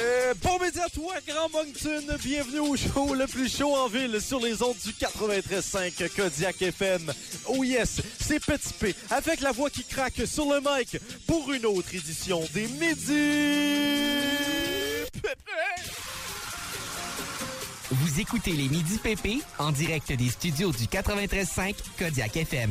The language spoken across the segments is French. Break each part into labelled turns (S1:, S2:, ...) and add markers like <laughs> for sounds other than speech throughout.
S1: Euh, à toi, Grand Moncton. Bienvenue au show le plus chaud en ville sur les ondes du 93.5 Kodiak FM. Oh yes, c'est Petit P avec la voix qui craque sur le mic pour une autre édition des Midi Pépé.
S2: Vous écoutez les Midi PP en direct des studios du 93.5 Kodiak FM.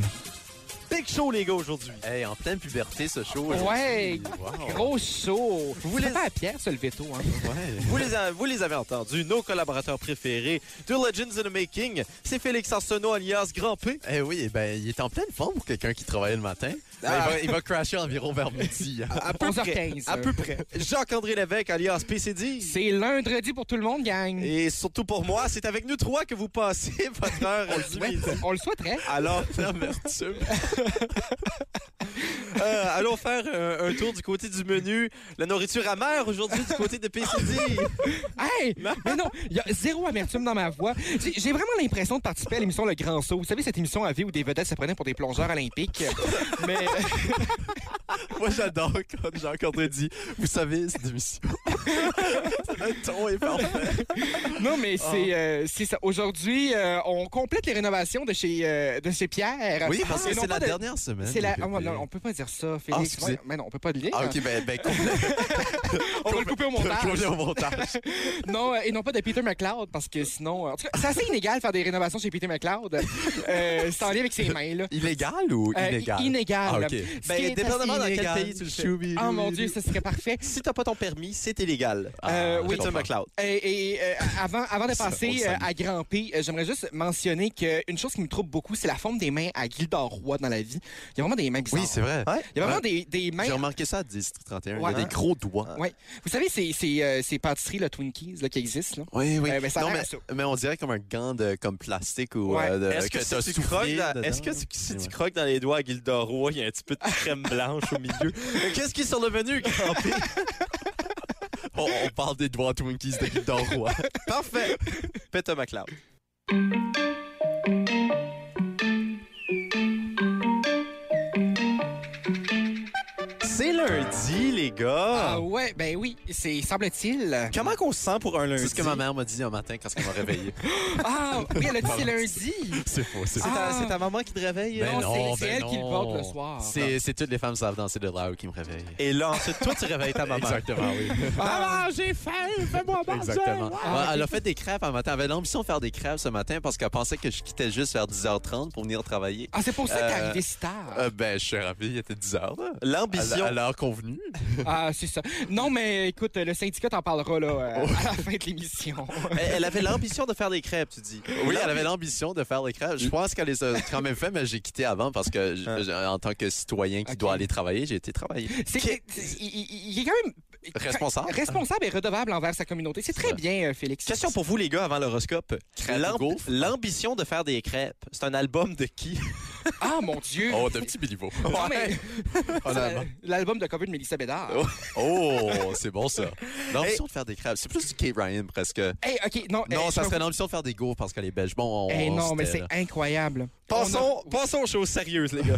S1: Big show, les gars, aujourd'hui.
S3: Hey, en pleine puberté, ce show.
S4: Ouais,
S3: aujourd'hui. Wow.
S4: gros show. Vous
S3: voulez-
S4: voulez Oh. pas à Pierre, ce veto, hein?
S3: Ouais.
S1: Vous les, a- vous les avez entendus, nos collaborateurs préférés de Legends in the Making, c'est Félix Arsenault alias Grand P.
S3: Eh oui, ben, il est en pleine forme pour quelqu'un qui travaille le matin. Ben,
S1: Ah.
S3: il, va, il va crasher environ vers midi. hein.
S1: À peu
S4: 11h15,
S1: près. À
S4: euh.
S1: peu près. Jacques-André Lévesque alias PCD.
S4: C'est lundi pour tout le monde, gang.
S1: Et surtout pour moi, c'est avec nous trois que vous passez <laughs> votre heure du midi.
S4: <laughs> On le hein. souhaiterait.
S1: Alors, <laughs>
S3: <laughs>
S1: euh, allons faire euh, un tour du côté du menu. La nourriture amère aujourd'hui du côté de PCD.
S4: Hey! Mais non, il y a zéro amertume dans ma voix. J'ai j'ai vraiment l'impression de participer à l'émission Le Grand Saut. Vous savez, cette émission à vie où des vedettes se prenaient pour des plongeurs olympiques. Mais
S3: <laughs> Moi, j'adore quand Jean-André dit Vous savez, cette
S1: <laughs>
S3: émission. Le ton est parfait.
S4: <laughs> non, mais c'est euh, c'est ça. Aujourd'hui, euh, on complète les rénovations de chez, euh, de chez Pierre.
S3: Oui, parce
S4: Et
S3: que
S4: non
S3: c'est
S4: pas
S3: la
S4: de-
S3: dernière semaine.
S4: C'est la.
S3: du
S4: oh,
S3: PP.
S4: non, on peut pas dire ça, Félix.
S3: Ah, excusez.
S4: Ouais, mais non, on peut pas le lire.
S3: Ah, ok, ben, ben complètement.
S4: on va le couper au
S3: <laughs>
S4: montage.
S3: au montage.
S4: Non, euh, et non pas de Peter McLeod, parce que sinon. euh, En tout cas, c'est assez inégal faire des rénovations chez Peter McLeod. Euh, c'est en lien avec ses mains, là.
S3: Illégal ou
S4: Euh, i-
S3: inégal? Ah,
S4: inégal.
S3: ok.
S4: Ce qui
S1: ben,
S4: est
S1: dépendamment
S4: assez
S1: dans quel
S4: inégal.
S1: pays tu le fais.
S4: Ah mon Dieu, ça serait parfait.
S1: Si t'as pas ton permis, c'est illégal.
S4: Euh, oui.
S1: Peter McLeod.
S4: Et, et, euh, avant, avant de
S3: Ça, on
S4: passer
S3: le salue.
S4: euh, à Grand P, euh, j'aimerais juste mentionner qu'une chose qui me trouble beaucoup, c'est la forme des mains à Gildor Roy dans la vie. Il y a vraiment des mains bizarres.
S3: Oui, c'est vrai.
S4: Il y a vraiment
S3: Ouais.
S4: des, des mains.
S3: J'ai remarqué ça à District 31.
S4: Ben, Ouais.
S3: Il y a des gros doigts.
S4: Ouais. Vous savez, ces, ces, euh, ces pâtisseries, là, Twinkies, là, qui existent, là.
S3: Oui, oui.
S4: Euh, ben, ça a
S3: non,
S4: l'air
S3: mais,
S4: à ça.
S3: mais on dirait comme un gant de comme plastique ou
S4: Ouais.
S3: euh, de-
S1: Est-ce que,
S3: que
S1: si
S3: t'as
S1: tu
S3: soufflé
S1: croques dans,
S3: dedans.
S1: est-ce que tu- si
S3: Ouais.
S1: tu croques dans les doigts à Gilderoy, il y a un petit peu de crème blanche au milieu? <laughs> Qu'est-ce qui est sur le menu, Grand P?
S3: on, on parle des doigts Twinkies de Guy Roy.
S1: <laughs> Parfait. Peter McLeod. C'est lundi, les gars.
S4: Ah ouais, ben oui, c'est
S3: <laughs>
S4: semble-t-il.
S1: Comment qu'on se sent pour un lundi?
S3: C'est ce que ma mère m'a dit un matin quand elle m'a réveillé.
S4: Ah oui, elle a dit c'est lundi.
S3: c'est faux, c'est
S1: C'est
S3: faux.
S1: ta,
S4: Ah.
S1: c'est ta maman qui te réveille?
S3: Ben
S1: hein?
S3: non,
S4: c'est- c'est
S3: ben
S4: elle qui le
S3: non.
S4: porte le soir.
S3: C'est c'est toutes les femmes savent danser de là qui me réveillent. <laughs>
S1: Ben, Et là, ensuite, toi, tu réveilles ta maman.
S3: Exactement, <laughs> oui.
S4: Ah, j'ai faim, fais-moi
S3: Exactement.
S4: Ah,
S3: Ouais,
S4: ok.
S3: elle a fait des crêpes un matin. Elle avait l'ambition de faire des crêpes ce matin parce qu'elle pensait que je quittais juste vers 10h30 pour venir travailler.
S4: Ah, c'est pour ça que t'es
S3: Euh,
S4: arrivé si tard.
S3: Euh, ben, je suis ravi, il était 10h. là.
S1: L'ambition.
S3: À l'heure convenue.
S4: Ah, c'est ça. Non, mais écoute, le syndicat t'en parlera là, euh,
S3: Oh.
S4: à la fin de l'émission.
S3: <laughs>
S1: Elle elle avait l'ambition de faire des crêpes, tu dis.
S3: Oui, elle avait l'ambition de faire les crêpes. Je pense qu'elle les a quand même fait, mais j'ai quitté avant parce que, je-
S1: Ah.
S3: je- en tant que citoyen qui
S4: Ok.
S3: doit aller travailler, j'ai été travailler.
S4: C'est-
S1: Qu'est-
S4: c'est- il- il, il est quand même
S3: Responsable.
S4: responsable et redevable envers sa communauté. C'est très bien, euh, Félix.
S1: Question pour vous, les gars, avant l'horoscope.
S3: Crêpes
S1: L'am-
S3: ou gaufres?
S1: L'ambition de faire des crêpes, c'est un album de qui?
S4: Ah, mon Dieu!
S3: <laughs> Oh, d'un petit biliveau.
S4: Non, mais-
S3: <laughs>
S4: euh,
S3: Honnêtement.
S4: L'album de cover de Mélissa Bédard.
S3: Oh. Oh, c'est bon ça. L'ambition de faire des crêpes, c'est plus du Kate Ryan presque.
S4: Hey, OK, non.
S3: Non,
S4: euh,
S3: ça
S4: je
S3: serait
S4: me-
S3: l'ambition de faire des gaufres parce qu'elle est belge. Bon, on.
S4: Hey, non,
S3: on
S4: mais
S3: s'était,
S4: c'est
S3: là.
S4: incroyable.
S1: <laughs> Passons,
S4: On a-
S1: passons aux choses sérieuses, les gars.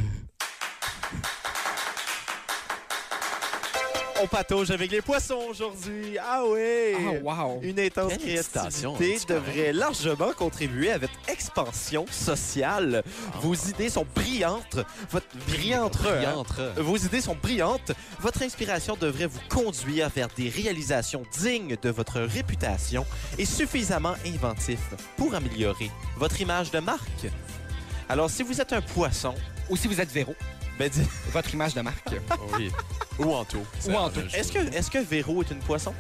S1: On patauge avec les poissons aujourd'hui. Ah oui!
S4: Ah, wow.
S1: Une intense
S3: Quelle excitation,
S1: créativité
S3: hein, tu
S1: devrait largement contribuer à votre expansion sociale. Vos idées sont brillantes. Votre brillante.
S4: hein.
S1: hein?
S4: <laughs>
S3: Brillante.
S1: Vos idées sont brillantes. Votre inspiration devrait vous conduire vers des réalisations dignes de votre réputation et suffisamment inventif pour améliorer votre image de marque. Alors, si vous êtes un poisson,
S4: Ou si vous êtes Véro,
S1: ben dis- <laughs>
S4: votre image de marque.
S3: Oui. Ou en tout.
S4: Ou en tout.
S1: est-ce que, est que Véro est une poisson?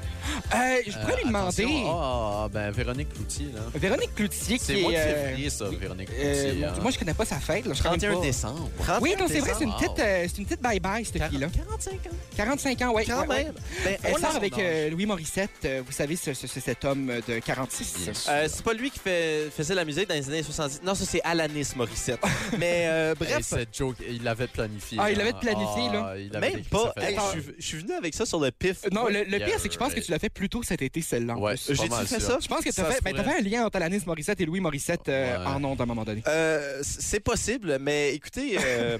S4: Euh, je pourrais lui demander.
S3: Ah, ben Véronique Cloutier, là.
S4: Véronique Cloutier, qui
S3: C'est moi
S4: est.
S3: de
S4: euh,
S3: février, ça, Véronique
S4: euh,
S3: Cloutier. hein.
S4: mon Dieu, moi, je connais pas sa fête. Là, je connais
S3: 31
S4: pas.
S3: décembre.
S4: Oui, non, c'est vrai, c'est une
S3: décembre.
S4: petite, euh, c'est une petite bye-bye, cette fille-là.
S1: 45 ans.
S4: 45 ans, ouais.
S1: Quand
S4: ouais, ouais.
S1: même. Ben, on
S4: Elle
S1: l'a
S4: sort
S1: son
S4: avec
S1: âge.
S4: euh, Louis Morissette, euh, vous savez, ce- ce- ce- cet homme de 46.
S3: Bien sûr.
S1: Euh, c'est pas lui qui fait, faisait la musique dans les années 70. Non, ça, c'est Alanis
S4: <laughs>
S1: Morissette. Mais euh,
S3: Et
S1: bref,
S3: cette joke, il l'avait planifié.
S4: Ah, il
S3: hein.
S4: l'avait planifié,
S3: Ah,
S4: là.
S3: il avait
S1: même
S3: écrit
S1: pas.
S3: ça fait
S1: Hey,
S3: longtemps.
S1: je suis- je suis venu avec ça sur le pif.
S4: Euh, Non, le, le
S3: Yeah,
S4: pire, c'est que je pense que
S3: right.
S4: tu l'as fait plus tôt cet été, celle-là. en
S3: Ouais,
S4: plus.
S3: je suis pas
S1: J'ai-tu
S3: mal
S1: fait
S3: sûr.
S1: ça?
S4: Je pense que tu
S3: Ça
S4: fait,
S3: se
S4: ben, t'as
S3: pourrait.
S4: fait un lien entre Alanis Morissette et Louis Morissette euh,
S3: Ouais.
S4: en nom d'un moment donné.
S1: Euh, c'est possible, mais écoutez, <laughs> euh,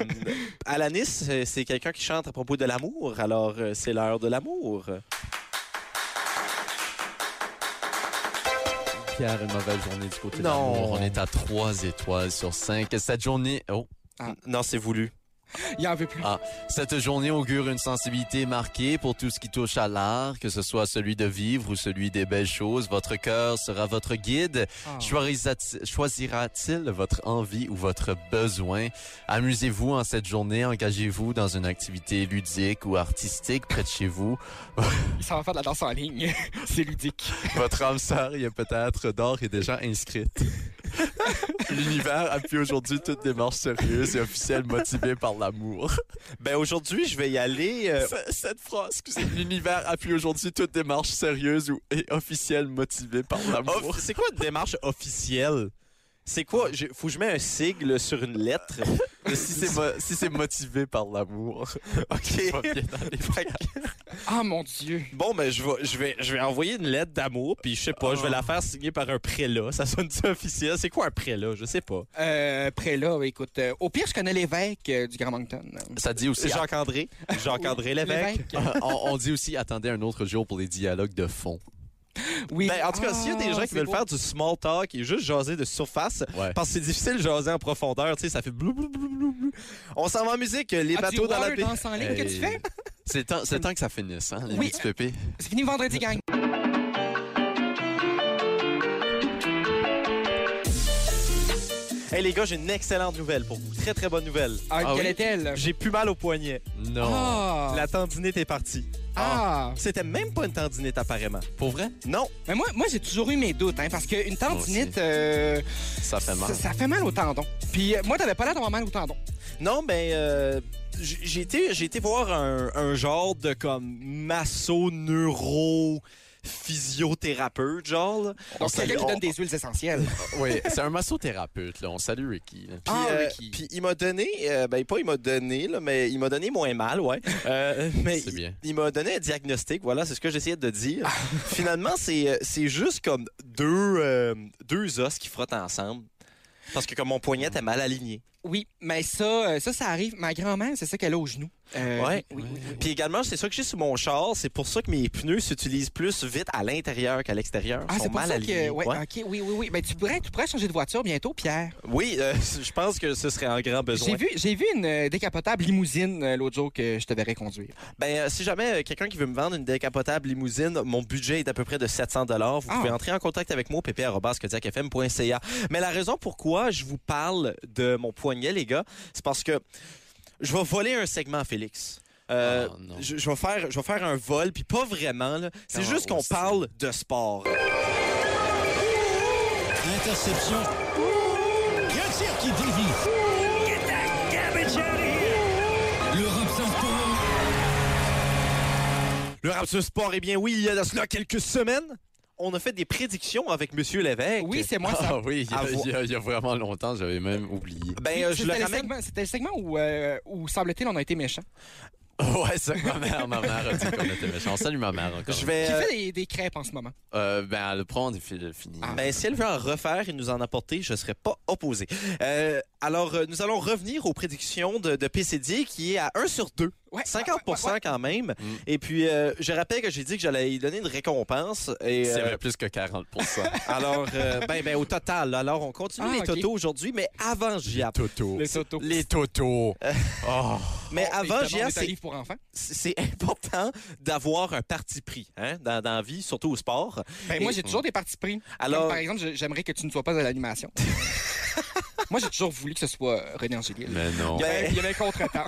S1: Alanis, euh, c'est quelqu'un qui chante à propos de l'amour, alors euh, c'est l'heure de l'amour.
S3: Pierre, une mauvaise journée du côté
S1: Non.
S3: d'amour. On est à 3 étoiles sur 5. Cette journée... Oh.
S4: Ah.
S3: Non, c'est voulu.
S4: Il y en veut plus.
S3: Ah. Cette journée augure une sensibilité marquée pour tout ce qui touche à l'art, que ce soit celui de vivre ou celui des belles choses. Votre cœur sera votre guide.
S4: Ah.
S3: Choisira- Choisira-t-il votre envie ou votre besoin? Amusez-vous en cette journée. Engagez-vous dans une activité ludique ou artistique près de chez vous.
S4: Ça va faire de la danse en ligne. <laughs> C'est ludique.
S3: Votre âme sœur y est peut-être d'or et déjà inscrite. L'univers appuie aujourd'hui toute démarche sérieuse et officielle motivée par l'amour.
S1: Ben aujourd'hui, je vais y aller. euh,
S3: Ce- Cette phrase, excusez, l'univers appuie aujourd'hui toute démarche sérieuse ou et officielle motivée par
S1: off-
S3: l'amour.
S1: C'est quoi une démarche officielle? C'est quoi? J'ai- Faut que je mette un sigle sur une <laughs> lettre.
S3: si c'est mo- si c'est motivé par l'amour.
S1: OK.
S3: Pas bien dans les
S1: <laughs> Fait que-
S4: Ah, mon Dieu.
S1: Bon, ben, je vais, je, vais, je vais envoyer une lettre d'amour, puis je sais pas, je vais la faire signer par un prélat. Ça sonne-tu officiel? C'est quoi un prélat? Je sais pas.
S4: Euh, prélat, écoute. euh, au pire, je connais l'évêque euh, du Grand Moncton.
S3: <laughs> Ça dit aussi.
S1: Jacques-André. <laughs> Jacques-André Lévesque.
S3: on, on dit aussi attendez un autre jour pour les dialogues de fond.
S4: Oui.
S1: Ben, en tout cas, s'il y a des
S4: Ah,
S1: gens qui
S4: c'est
S1: veulent
S4: beau.
S1: faire du small talk et juste jaser de surface,
S3: Ouais.
S1: parce que c'est difficile de jaser en profondeur, tu sais, ça fait blou, blou, blou, blou, blou. On s'en va en musique, les
S4: Ah,
S1: bateaux
S4: tu
S1: dans la
S4: water
S1: baie.
S4: danse en ligne que tu
S3: Hey.
S4: fais?
S3: C'est temps, c'est temps que ça finisse, hein, les
S4: Oui.
S3: petits pépés.
S4: C'est fini vendredi, gang.
S1: Hey les gars, j'ai une excellente nouvelle pour vous. Très très bonne nouvelle.
S4: Ah,
S3: Ah
S4: quelle
S3: oui?
S4: est-elle?
S1: J'ai plus mal au poignet.
S3: Non.
S4: Ah.
S1: La tendinite est partie.
S4: Ah.
S1: C'était même pas une tendinite apparemment.
S3: Pour vrai?
S1: Non,
S4: Mais moi, moi j'ai toujours eu mes doutes, hein, parce qu'une tendinite, euh,
S3: Ça fait mal.
S4: ça, ça fait mal au tendon. Puis euh, moi, t'avais pas l'air d'avoir mal au tendon.
S1: non, ben euh, j- j'ai été j'ai été voir un, un genre de comme masso neuro physiothérapeute genre. là.
S3: On
S4: Donc, quelqu'un
S3: salue-
S4: qui
S3: on-
S4: donne des huiles essentielles.
S3: Oui, c'est un massothérapeute, là. On salue Ricky. là.
S1: Puis,
S4: Ah,
S1: euh,
S4: Ricky.
S1: puis il m'a donné, euh, ben pas il m'a donné, là, mais il m'a donné moins mal,
S4: <laughs>
S1: ouais. Euh, mais
S3: C'est
S1: il-
S3: bien.
S1: il m'a donné un diagnostic, voilà, c'est ce que j'essayais de dire.
S4: Ah.
S1: <laughs> Finalement, c'est euh, c'est juste comme deux, euh, deux os qui frottent ensemble. Parce que comme mon poignet était mal aligné.
S4: Oui, mais ça, euh, ça, ça arrive. Ma grand-mère, c'est ça qu'elle a au genou. Euh,
S1: Ouais.
S4: Oui, oui, oui.
S1: Puis également, c'est ça que j'ai sur mon char, c'est pour ça que mes pneus s'utilisent plus vite à l'intérieur qu'à l'extérieur. Ils
S4: Ah,
S1: sont
S4: c'est pour
S1: mal
S4: ça
S1: alignés.
S4: que... Ouais,
S1: ouais.
S4: OK, oui, oui, oui. Ben, tu, pourrais, tu pourrais changer de voiture bientôt, Pierre.
S1: Oui, euh, <laughs> je pense que ce serait un grand besoin.
S4: J'ai vu, j'ai vu une euh, décapotable limousine euh, l'autre jour que je te verrais conduire.
S1: Ben, euh, si jamais euh, quelqu'un qui veut me vendre une décapotable limousine, mon budget est à peu près de 700 dollars. Vous
S4: Ah.
S1: pouvez entrer en contact avec moi, pp.kodiakfm.ca. Mais la raison pourquoi je vous parle de mon poignet, les gars, c'est parce que je vais voler un segment à Félix. Euh,
S3: Ah, non.
S1: je, je vais faire, je vais faire un vol, puis pas vraiment. là. C'est
S3: Ah,
S1: juste qu'on
S3: aussi.
S1: parle de sport.
S5: Interception. Bien sûr qui dévie. Le Robson Sport.
S1: Le rap sur sport, eh bien oui, il y a de cela quelques semaines, on a fait des prédictions avec Monsieur Lévesque.
S4: Oui, c'est moi,
S1: Oh.
S4: ça.
S3: Ah oui, il y,
S1: À
S3: a,
S1: voir.
S3: il y a- il y a vraiment longtemps, j'avais même oublié.
S1: Ben, euh, je le
S4: C'était le
S1: ramène.
S4: segment- C'était le segment où, euh, où semble-t-il, on a été méchant.
S3: Ouais, ça, ma mère, ma mère a dit qu'on était méchants. On salue ma mère encore.
S1: Je vais.
S4: Qui
S1: euh,
S4: fait des, des crêpes en ce moment.
S3: Euh, ben, le prendre est fi- fini.
S4: Ah.
S1: Ben, si elle veut en refaire et nous en apporter, je ne serais pas opposé. Euh, alors, euh, nous allons revenir aux prédictions de, de PCD qui est à 1 sur 2.
S4: Ouais,
S1: 50
S4: ouais, ouais, ouais.
S1: quand même.
S3: Mm.
S1: Et puis, euh, je rappelle que j'ai dit que j'allais lui donner une récompense. Et,
S3: S'il y
S1: euh,
S3: avait plus que 40
S1: <laughs> alors, euh, ben, ben, au total, là. alors on continue
S4: Ah,
S1: les
S4: ok.
S1: totos aujourd'hui, mais avant JAP.
S3: Toto.
S4: Les autos.
S3: Les totos. Oh.
S1: Mais avant JAP, c'est-
S4: pour enfants.
S1: c'est important d'avoir un parti pris hein, dans, dans la vie, surtout au sport.
S4: Ben,
S1: Et-
S4: moi, j'ai toujours des parties pris. Comme,
S1: Alors,
S4: par exemple, je- j'aimerais que tu ne sois pas
S1: <laughs>
S4: à l'animation. moi, j'ai toujours voulu que ce soit euh, René Angélil.
S3: Mais non.
S4: Il y
S1: Ben-
S4: avait- il y avait un
S1: <laughs>
S4: contre-temps.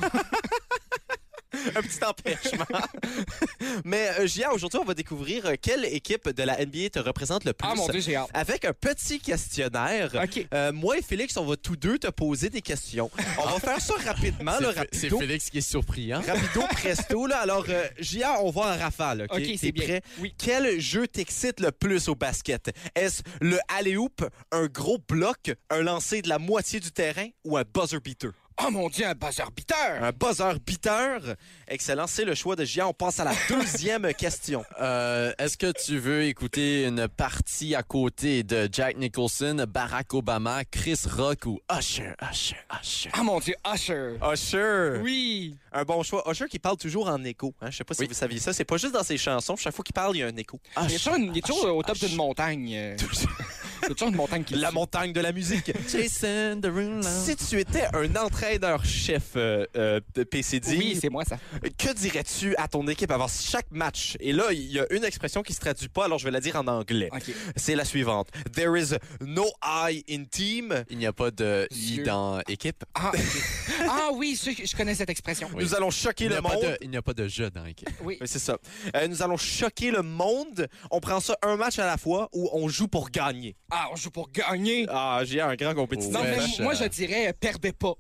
S1: un petit empêchement. <laughs> Mais euh, Gia, aujourd'hui, on va découvrir euh, quelle équipe de la NBA te représente le plus.
S4: ah mon Dieu, j'ai hâte.
S1: Avec un petit questionnaire.
S4: OK.
S1: Euh, moi et Félix, on va tous deux te poser des questions. On va faire ça
S4: <laughs>
S1: rapidement,
S3: C'est
S1: là,
S3: Fé- C'est
S1: rapido.
S3: Félix qui est surpris, hein?
S1: Rapido presto, là. Alors, euh, Gia, on va en rafale, OK?
S4: OK,
S1: T'es
S4: c'est bien.
S1: prêt?
S4: Oui.
S1: Quel jeu t'excite le plus au basket? Est-ce le alley-oop, un gros bloc, un lancer de la moitié du terrain ou un buzzer beater?
S4: Oh mon Dieu, un buzzer beater!
S1: Un buzzer beater. Excellent, c'est le choix de Gia. On passe à
S3: <laughs>
S1: la deuxième question.
S3: Euh, Est-ce que tu veux écouter une partie à côté de Jack Nicholson, Barack Obama, Chris Rock ou Usher, Usher, Usher?
S4: Ah mon Dieu, Usher!
S1: Usher.
S4: Oui!
S1: Un bon choix. Usher qui parle toujours en écho. Hein? Je sais pas si
S3: Oui. Ah,
S1: vous saviez ça. Ah, C'est pas juste dans ses chansons. Chaque fois qu'il parle, il y a un écho.
S4: Il est toujours, il est toujours au top d'une montagne. euh. C'est toujours une montagne qui
S1: La
S4: tue.
S1: montagne de la
S3: <laughs>
S1: musique.
S3: Jason Derulo.
S1: si tu étais un entraîneur-chef euh, euh, de PCD,
S4: Oui, c'est moi ça.
S1: que dirais-tu à ton équipe avant chaque match? Et là, il y a une expression qui se traduit pas, alors je vais la dire en anglais.
S4: OK.
S1: C'est la suivante. There is no I in team.
S3: Il n'y a pas de I
S4: Monsieur.
S3: dans équipe.
S4: Ah, ok. Ah oui, je, je connais cette expression.
S3: Oui.
S1: Nous allons choquer
S3: Il n'y
S1: le
S3: a, pas
S1: monde.
S3: de, il n'y a pas de je dans équipe.
S4: Oui.
S1: Oui, c'est ça. Euh, nous allons choquer le monde. On prend ça un match à la fois où on joue pour gagner.
S4: Ah, on joue pour gagner.
S1: Ah, j'ai un grand compétiteur.
S4: Non, mais
S3: wesh,
S4: moi,
S3: euh.
S4: je dirais, euh, perdez pas.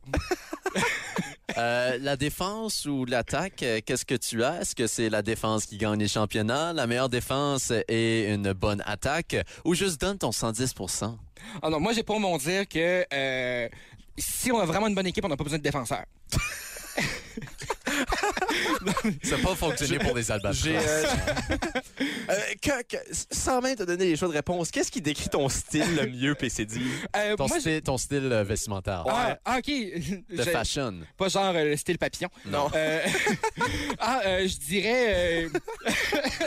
S3: Euh, la défense ou l'attaque, euh, qu'est-ce que tu as? Est-ce que c'est la défense qui gagne les championnats, la meilleure défense et une bonne attaque, ou juste donne ton 110
S4: Ah non, moi, j'ai pas mon dire que euh, si on a vraiment une bonne équipe, on n'a pas besoin de défenseurs.
S1: <laughs>
S3: Ça n'a pas fonctionné pour les albatros.
S1: J'ai, euh, Euh, que- que- sans même te donner les choix de réponse, qu'est-ce qui décrit ton style le mieux, PCD?
S4: Euh,
S3: Ton,
S4: moi, je-
S3: style, ton style euh, vestimentaire,
S4: Ah, ah, OK.
S3: de
S4: Je-
S3: fashion.
S4: Pas genre euh, le style papillon.
S3: Non.
S4: Euh, <laughs> ah, euh, je dirais... euh,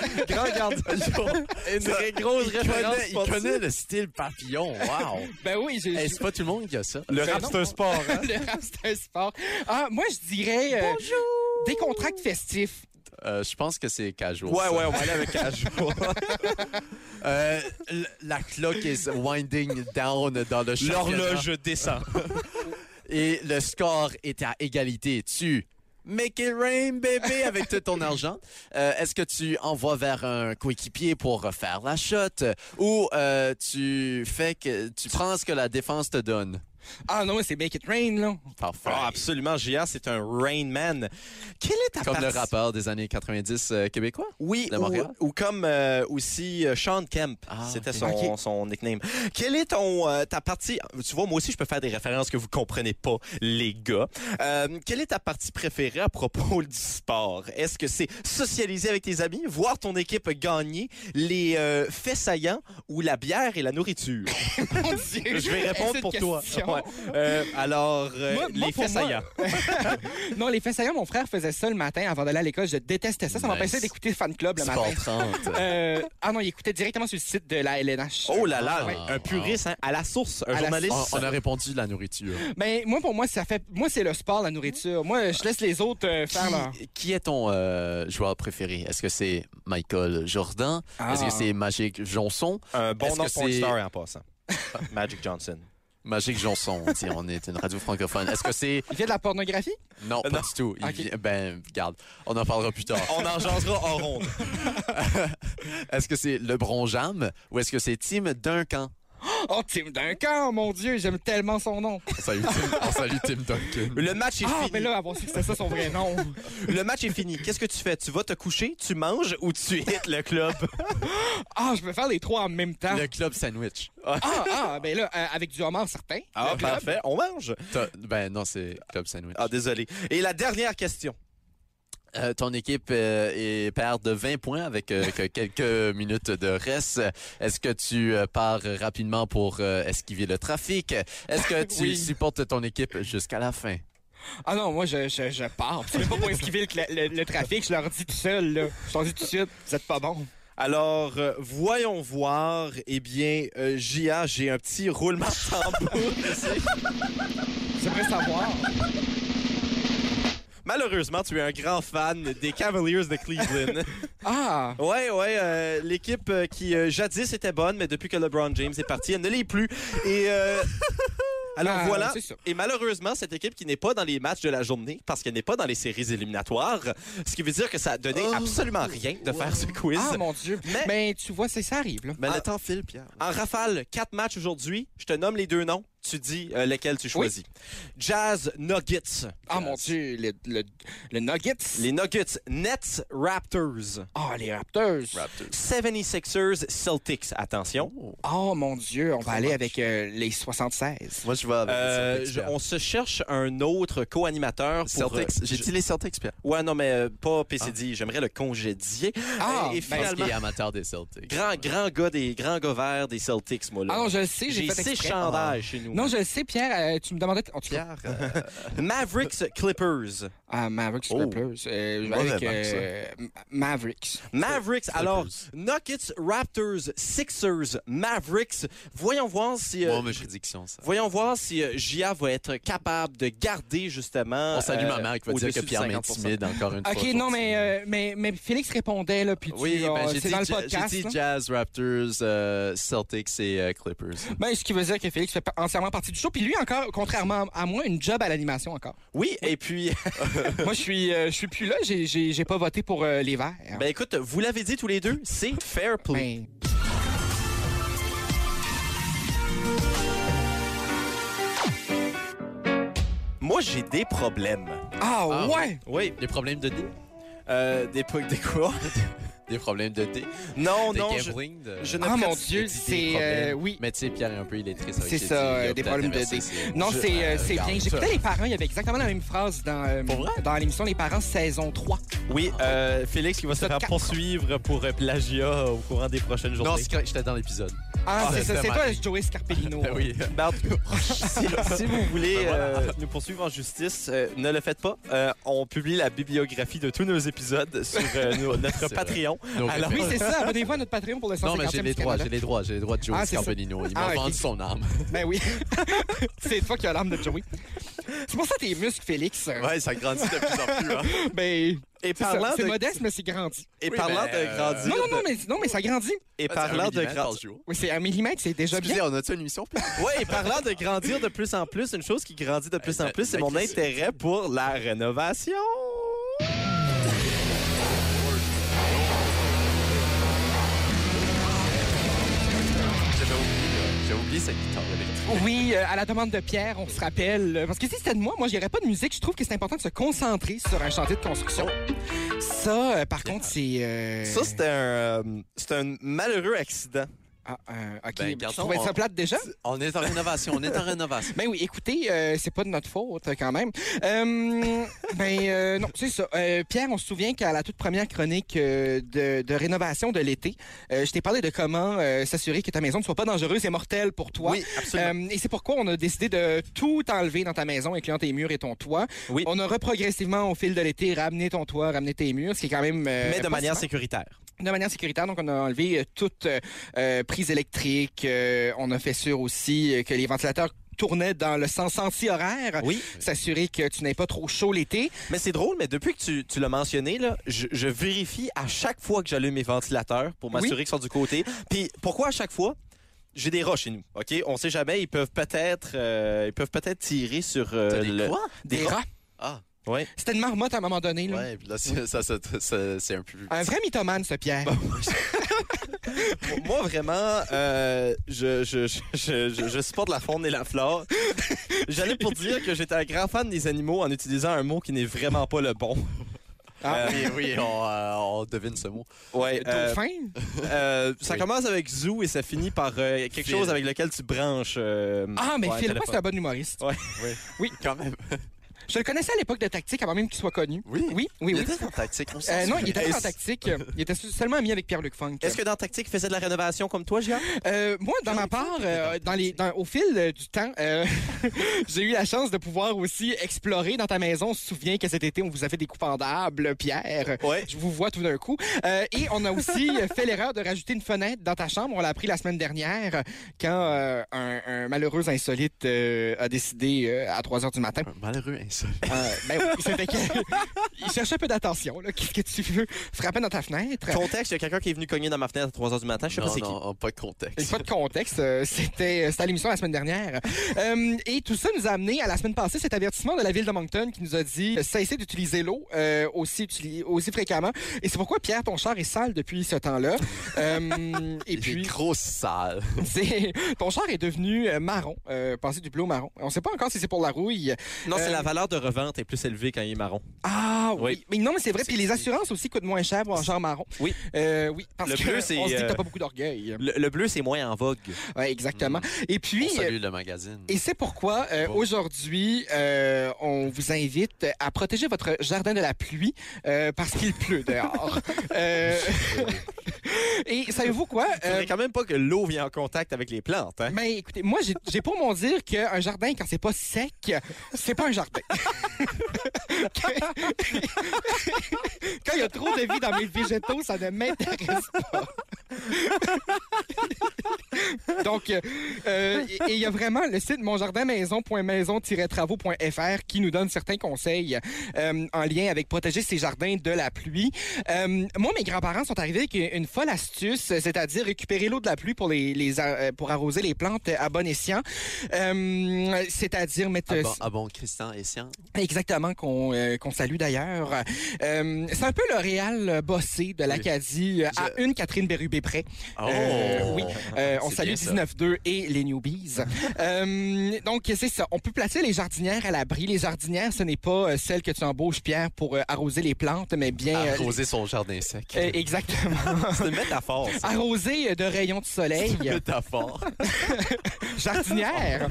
S1: <laughs> Grand gardien. <laughs> Une vraie grosse
S3: Il
S1: référence
S3: connaît, il
S1: sportive.
S3: connaît le style papillon,
S1: <laughs>
S3: wow!
S4: ben oui, j'ai...
S3: Hey, c'est pas tout le monde qui a ça.
S1: Le
S4: Ben
S1: rap,
S4: non.
S1: c'est un sport. hein?
S4: <laughs> Le rap, c'est un sport. Ah, moi, je dirais... Bonjour! Des contracts festifs.
S3: Euh, je pense que c'est casual.
S1: Ouais,
S3: ça.
S1: ouais, on va aller avec Cajou.
S3: <laughs> Euh, l- la clock is winding down dans le championnat.
S1: descend.
S3: Et le score est à égalité. Tu make it rain, bébé, avec tout ton
S4: <laughs>
S3: argent. Euh, Est-ce que tu envoies vers un coéquipier pour refaire la shot euh, ou euh, tu fais que tu prends ce que la défense te donne?
S4: Ah non, c'est Make It Rain, là. <laughs>
S3: Parfait.
S1: Ah, absolument, JR, c'est un Rain Man. Quelle est ta
S3: Comme le
S1: partie-
S3: rappeur des années 90 euh, québécois.
S1: Oui,
S3: de
S1: ou,
S3: Montréal?
S1: ou comme euh, aussi euh, Sean Kemp,
S3: Ah,
S1: c'était
S3: ok.
S1: son, son nickname. Quelle est ton euh, ta partie Tu vois, moi aussi, je peux faire des références que vous comprenez pas, les gars. Euh, quelle est ta partie préférée à propos du sport Est-ce que c'est socialiser avec tes amis, voir ton équipe gagner, les euh, faits saillants ou la bière et la nourriture
S4: Mon Dieu!
S1: Je vais répondre
S4: Cette
S1: pour toi.
S4: question.
S1: Ouais. Euh, alors, euh,
S4: Moi- moi,
S1: les
S4: pour
S1: faits
S4: moi-
S1: saillants.
S4: Non, les fessayants, mon frère faisait ça le matin avant d'aller à l'école. Je détestais ça. Ça
S3: Nice.
S4: m'empêchait d'écouter Fan Club le
S3: Sport
S4: matin. <laughs>
S3: 30.
S4: Euh, ah non, il écoutait directement sur le site de la LNH.
S1: Oh là là,
S3: Ah,
S1: un puriste hein, à la source, un
S4: À la
S1: journaliste.
S3: on, on a répondu la nourriture.
S4: Ben, moi, pour moi, ça fait. Moi, c'est le sport, la nourriture. Moi, je laisse les autres euh, faire leur.
S3: Qui, qui est ton euh, joueur préféré? Est-ce que c'est Michael Jordan? Est-ce
S4: Ah.
S3: que c'est Magic Johnson?
S1: Un bon
S3: Est-ce
S1: nom
S3: que
S1: pour une
S3: c'est-
S1: star en passant. <laughs> Magic Johnson.
S3: Magic Johnson, on dit, on est une radio francophone. Est-ce que c'est...
S4: Il fait de la pornographie?
S3: Non,
S1: Euh,
S3: pas
S1: non.
S3: du tout. Il
S4: Ok.
S3: vient- Ben, regarde, on en parlera plus tard.
S1: On en jasera en ronde.
S3: Est-ce que c'est LeBron Jam ou est-ce que c'est Tim Duncan?
S4: Oh, Tim Duncan, mon Dieu, j'aime tellement son nom.
S3: On salue Tim, on salue Tim Duncan.
S1: Le match est
S4: Ah,
S1: fini.
S4: mais là, avant que c'était ça son
S1: <laughs>
S4: vrai nom.
S1: Le match est fini. Qu'est-ce que tu fais? Tu vas te coucher, tu manges ou tu hits le club?
S4: Ah, je peux faire les trois en même temps.
S3: Le club sandwich.
S4: Ah, ah, ben là, euh, avec du homard, certain.
S1: <laughs> Ah,
S4: Le club.
S1: parfait. On mange.
S3: T'as- Ben non, c'est club sandwich.
S1: Ah, désolé. Et la dernière question.
S3: Euh, ton équipe euh, est perd de 20 points avec euh, que quelques minutes de reste. Est-ce que tu euh, pars rapidement pour euh, esquiver le trafic? Est-ce que tu
S4: Oui.
S3: supportes ton équipe jusqu'à la fin?
S4: Ah non, moi, je, je, je pars. C'est même pas pour esquiver le, cla- le- le trafic. Je leur dis tout seul, là. Je leur dis tout de suite, vous êtes pas bon.
S1: Alors, euh, voyons voir. Eh bien, euh, J.A., j'ai un petit roulement de tambour.
S4: J'aimerais savoir.
S1: Malheureusement, tu es un grand fan des Cavaliers de <laughs> Cleveland.
S4: Ah!
S1: Ouais, ouais, euh, l'équipe euh, qui euh, jadis était bonne, mais depuis que LeBron James est parti, elle ne l'est plus. Et <laughs> euh, alors
S4: Ah,
S1: voilà.
S4: c'est ça.
S1: Et malheureusement, cette équipe qui n'est pas dans les matchs de la journée, parce qu'elle n'est pas dans les séries éliminatoires, ce qui veut dire que ça a donné
S3: Oh.
S1: absolument rien de faire ce quiz.
S4: Ah, mon Dieu.
S1: Mais-
S4: Mais tu vois, c'est ça arrive, là.
S1: Mais le
S3: temps file, Pierre.
S1: En rafale, quatre matchs aujourd'hui. Je te nomme les deux noms. Tu dis euh, lesquels tu choisis. Jazz Nuggets.
S4: Ah, mon Dieu, le, le, le Nuggets.
S1: Les Nuggets, Nets, Raptors,
S4: Ah, les Raptors.
S3: Raptors.
S1: 76ers, Celtics. Attention.
S4: Oh, mon Dieu, on va aller avec euh, les 76.
S3: Moi, je vais avec
S1: Euh,
S3: les Ah, ben, Celtics,
S1: je-
S3: Pierre.
S1: on se cherche un autre co-animateur pour...
S3: Celtics.
S1: euh,
S3: J'ai
S1: je-
S3: dit les Celtics, Pierre.
S1: Ouais, non, mais euh, pas PCD. J'aimerais le congédier.
S4: Ah,
S1: et, et
S4: ben,
S3: Parce
S1: finalement,
S3: qu'il est amateur des Celtics.
S1: grand, grand gars des grands gars verts des Celtics, moi, là.
S4: Ah non, je le sais,
S1: J'ai
S4: j'ai fait
S1: six
S4: exprès.
S1: chandails chez nous.
S3: <laughs>
S4: Non, je le sais, Pierre, euh, tu me demandais... en tout cas,
S3: Pierre, euh,
S1: Mavericks, Clippers.
S4: à Mavericks
S3: Oh.
S4: Purpose. euh,
S3: Mauvais
S4: avec,
S3: match, ça.
S4: euh,
S1: hein.
S4: Ma- Mavericks.
S3: C'est
S1: Mavericks,
S3: pas
S1: alors,
S3: plus.
S1: Nuggets, Raptors, Sixers, Mavericks. Voyons voir si... euh,
S3: Moi, mes prédictions, ça.
S1: Voyons voir si euh, Gia va être capable de garder justement.
S3: On salue
S1: euh,
S3: ma mère qui va dire que
S1: au-dessus du
S3: Pierre
S1: 50%.
S3: m'intimide encore une fois.
S4: OK, non, mais, euh, mais, mais Félix répondait, là, puis tu,
S3: Oui, ben,
S4: euh,
S3: j'ai
S4: c'est
S3: dit,
S4: dans le
S3: ja- j'ai
S4: podcast.
S3: dit
S4: là.
S3: Jazz, Raptors, euh, Celtics et euh, Clippers.
S4: Ben, ce qui veut dire que Félix fait pa- entièrement partie du show. Puis lui, encore, contrairement à moi, une job à l'animation
S3: <laughs>
S4: encore.
S1: Oui, et puis,
S4: moi, je suis, euh, je suis plus là. J'ai- J'ai j'ai pas voté pour euh, les Verts.
S1: <laughs> ben écoute, vous l'avez dit tous les deux, c'est fair play.
S4: Ben,
S1: Moi, j'ai des problèmes.
S4: Ah,
S3: Ah,
S4: ouais!
S1: Oui,
S3: Des problèmes de dé?
S1: euh, des po- des quoi
S3: Des problèmes de dé?
S4: Oh
S1: Non,
S3: Des
S1: non, je,
S3: gambling? de-
S1: je ne
S4: Ah mon
S1: pratique-
S4: Dieu,
S3: Des
S4: c'est
S3: problèmes.
S4: euh, oui.
S3: Mais tu sais, Pierre est un peu, il est triste. avec
S4: C'est
S3: ses
S4: ça,
S3: dés, il a
S4: euh, des
S3: peut-être
S4: problèmes de
S3: inversé
S4: dé.
S3: ses-
S4: Non,
S3: Je-
S4: c'est euh,
S3: euh,
S4: c'est
S3: regarde,
S4: bien. J'écoutais les parents, il y avait exactement la même phrase dans, euh,
S3: Pour vrai?
S4: dans l'émission Les parents saison 3.
S1: Oui, euh, Félix qui va se
S4: Ça
S1: faire
S4: capte.
S1: poursuivre pour euh, plagiat au courant des prochaines
S3: <laughs> Non,
S1: journées.
S3: c'est correct, j'étais dans l'épisode.
S4: Ah,
S3: Ah,
S4: c'est ça, c'est
S3: tellement.
S4: toi, Joey Scarpellino.
S3: <laughs> Ben oui.
S1: Ben, en tout cas, <laughs> si, si vous voulez
S3: Ben,
S1: euh, nous poursuivre en justice, euh, ne le faites pas. Euh, on publie la bibliographie de tous nos épisodes sur
S3: <laughs>
S1: euh, nos- notre
S3: C'est vrai.
S1: Patreon.
S3: Non,
S1: Alors-
S4: Oui, c'est ça, abonnez-vous à notre Patreon pour le 150e
S3: Non, mais j'ai les
S4: du
S3: droits, j'ai
S4: Canada.
S3: les droits, j'ai les droits de Joe
S4: Ah, c'est ça.
S3: Scarpellino. Il
S4: Ah,
S3: m'a
S4: ok.
S3: vendu son âme.
S4: Ben oui. <laughs> c'est toi qui as l'âme de Joey. C'est pour ça tes muscles, Félix. euh,
S3: Ouais, ça grandit de plus en plus. hein.
S4: Ben,
S1: Et
S4: c'est ça,
S1: parlant
S4: c'est
S1: de,
S4: modeste, mais c'est grandi.
S1: et
S3: Oui,
S1: parlant
S3: mais, euh,
S1: de grandir,
S4: Non, non, non,
S1: de-
S4: mais, non, mais ça grandit.
S1: et
S3: Ah,
S1: parlant de grandir.
S4: Oui, c'est un millimètre, c'est déjà
S3: Excusez,
S4: bien.
S3: on a-tu une émission? Pierre? <laughs>
S1: Ouais, et parlant de grandir de plus en plus, une chose qui grandit de plus
S3: Euh,
S1: en
S3: la-
S1: plus, c'est
S3: la
S1: mon
S3: question.
S1: intérêt pour la rénovation.
S3: J'avais oublié, euh, j'avais oublié cette guitare électrique.
S4: Oui, euh, à la demande de Pierre, on se rappelle. euh, Parce que si c'était de moi, moi, j'irais pas de musique. Je trouve que c'est important de se concentrer sur un chantier de construction. Ça, euh, par contre, c'est. euh,
S1: Ça, c'était un, euh, c'est un malheureux accident.
S4: Ah, euh, OK.
S3: Ben,
S4: tu
S3: garçon,
S4: trouvais ça
S3: on-
S4: plate déjà?
S3: On est en rénovation, on est
S4: <laughs>
S3: en rénovation.
S4: Ben oui, écoutez, euh, c'est pas de notre faute euh, quand même. Euh, ben euh, non, c'est ça. Euh, Pierre, on se souvient qu'à la toute première chronique euh, de, de rénovation de l'été, euh, je t'ai parlé de comment euh, s'assurer que ta maison ne soit pas dangereuse et mortelle pour toi.
S1: Oui, absolument.
S4: Euh, et c'est pourquoi on a décidé de tout enlever dans ta maison, incluant tes murs et ton toit.
S1: Oui.
S4: On aura progressivement, au fil de l'été, ramené ton toit, ramené tes murs, ce qui est quand même... euh,
S1: mais de
S4: pas
S1: manière
S4: si
S1: sécuritaire.
S4: de manière sécuritaire, donc on a enlevé euh, toute euh, euh, prise électrique. euh, on a fait sûr aussi euh, que les ventilateurs tournaient dans le sens anti-horaire.
S1: Oui.
S4: S'assurer que tu n'aies pas trop chaud l'été.
S1: Mais c'est drôle, mais depuis que tu, tu l'as mentionné, là, je, je vérifie à chaque fois que j'allume mes ventilateurs pour m'assurer qu'ils sont du côté. Puis pourquoi à chaque fois? J'ai des rats chez nous, OK? On sait jamais, ils peuvent peut-être euh, ils peuvent peut-être tirer sur euh,
S3: T'as des
S1: le...
S3: quoi?
S1: Des rats.
S3: Ah,
S1: Ouais.
S4: C'était une marmotte à un moment donné. Là.
S3: ouais, puis là, c'est- ça, ça, ça- c'est un peu...
S4: Un vrai mythomane, ce Pierre.
S1: Moi, vraiment, euh, je, je, je, je, je- je supporte la faune et la flore. J'allais pour dire que j'étais un grand fan des animaux en utilisant un mot qui n'est vraiment pas le bon.
S4: Ah,
S3: Oui, oui, on, euh, on devine ce mot.
S1: Ouais, euh,
S4: Dauphin?
S1: euh, ça
S3: Oui.
S1: commence avec zoo et ça finit par euh, quelque
S3: Fil.
S1: chose avec lequel tu branches. euh,
S4: Ah, mais
S1: ouais,
S4: Phil,
S1: téléphone.
S4: c'est un bon humoriste.
S1: Ouais.
S3: Quand même.
S4: Je le connaissais à l'époque de Tactique, avant même qu'il soit connu.
S3: <laughs> Oui.
S4: Oui, oui,
S1: <laughs>
S3: Il
S4: oui.
S3: était en tactique, on
S4: Euh,
S3: s'en
S4: non, il était pas en
S1: Est-ce-
S4: Tactique. Il était seulement ami avec Pierre-Luc Funk.
S1: Est-ce que dans Tactique, il faisait de la rénovation comme toi, Gia?
S4: Euh, moi, dans ma part, euh, dans les, dans- au fil euh, du temps, euh, <laughs> j'ai eu la chance de pouvoir aussi explorer dans ta maison. On se souvient que cet été, on vous a fait des coupes en d'arbre, Pierre.
S1: Ouais.
S4: Je vous vois tout d'un coup. Euh, et on a aussi euh, fait l'erreur de rajouter une fenêtre dans ta chambre. On l'a appris la semaine dernière quand euh, un, un malheureux insolite euh, a décidé euh, à 3 heures du matin.
S3: Un malheureux hein, insolite.
S4: Euh, ben oui, c'était que- il cherchait un peu d'attention. là. Qu'est-ce que tu veux? Frapper dans ta fenêtre.
S1: Contexte, il y a quelqu'un qui est venu cogner dans ma fenêtre à 3 h du matin. Je sais pas
S3: Non,
S1: c'est qui.
S3: non, pas de
S4: Et
S3: contexte.
S4: pas de contexte, euh, c'était c'était à l'émission la semaine dernière. Euh, et tout ça nous a amené à la semaine passée cet avertissement de la ville de Moncton qui nous a dit euh, cessez d'utiliser l'eau euh, aussi utili- aussi fréquemment. Et c'est pourquoi Pierre, ton char est sale depuis ce temps-là.
S1: <laughs>
S4: Euh, et
S3: Et puis...
S4: puis
S3: grosse salle.
S4: <laughs> c'est- ton char est devenu euh, marron, euh, passé du bleu au marron. On sait pas encore si c'est pour la rouille.
S1: Non, c'est
S4: Euh,
S1: la valeur de revente est plus élevée quand il est marron.
S4: Ah oui.
S1: Oui.
S4: Mais non, mais c'est vrai. Puis les assurances aussi coûtent moins cher pour un char marron.
S1: Oui.
S4: Euh, oui. Parce
S1: Le
S4: que
S1: bleu, c'est,
S4: on se dit que
S1: euh,
S4: t'as pas beaucoup d'orgueil.
S1: Le, le bleu, c'est moins en vogue.
S4: Ouais,
S1: Mm.
S4: exactement. Et puis.
S3: On salue le magazine.
S4: Et c'est pourquoi euh,
S3: Bon.
S4: aujourd'hui, euh, on vous invite à protéger votre jardin de la pluie euh, parce qu'il pleut dehors. Euh, <laughs> et savez-vous quoi?
S1: Il
S4: Euh,
S1: faudrait quand même pas que l'eau vienne en contact avec les plantes. Hein?
S4: ben écoutez, moi j'ai- j'ai pour mon dire qu'un jardin <laughs> quand c'est pas sec, c'est pas un jardin. Quand il y a trop de vie dans mes végétaux, ça ne m'intéresse pas. <laughs> Donc, euh, euh, et- et il y a vraiment le site monjardinmaison.maison-travaux.fr qui nous donne certains conseils euh, en lien avec protéger ses jardins de la pluie. Euh, moi, mes grands-parents sont arrivés avec une folle astuce, c'est-à-dire récupérer l'eau de la pluie pour, les, les ar- euh, pour arroser les plantes à bon escient. Euh, c'est-à-dire mettre
S3: Ah bon, ah bon, Christian et Sian?
S4: Exactement, qu'on euh, qu'on salue d'ailleurs. Euh, c'est un peu l'Oréal bossé de l'Acadie euh, à une Catherine Bérubé près. Euh,
S3: Oh!
S4: oui,
S3: <laughs>
S4: Euh, on
S3: C'est
S4: salue
S3: bien ça.
S4: 19.2 et les
S3: <laughs>
S4: newbies. Euh, donc, c'est ça. On peut placer les jardinières à l'abri. Les jardinières, ce n'est pas euh, celles que tu embauches, Pierre, pour euh, arroser les plantes, mais bien... euh,
S3: Arroser son jardin sec.
S4: euh,
S3: <laughs>
S4: exactement.
S1: C'est une métaphore, <laughs> ça.
S4: Arroser euh, de rayons de soleil.
S3: Métaphore.
S4: <laughs> jardinière.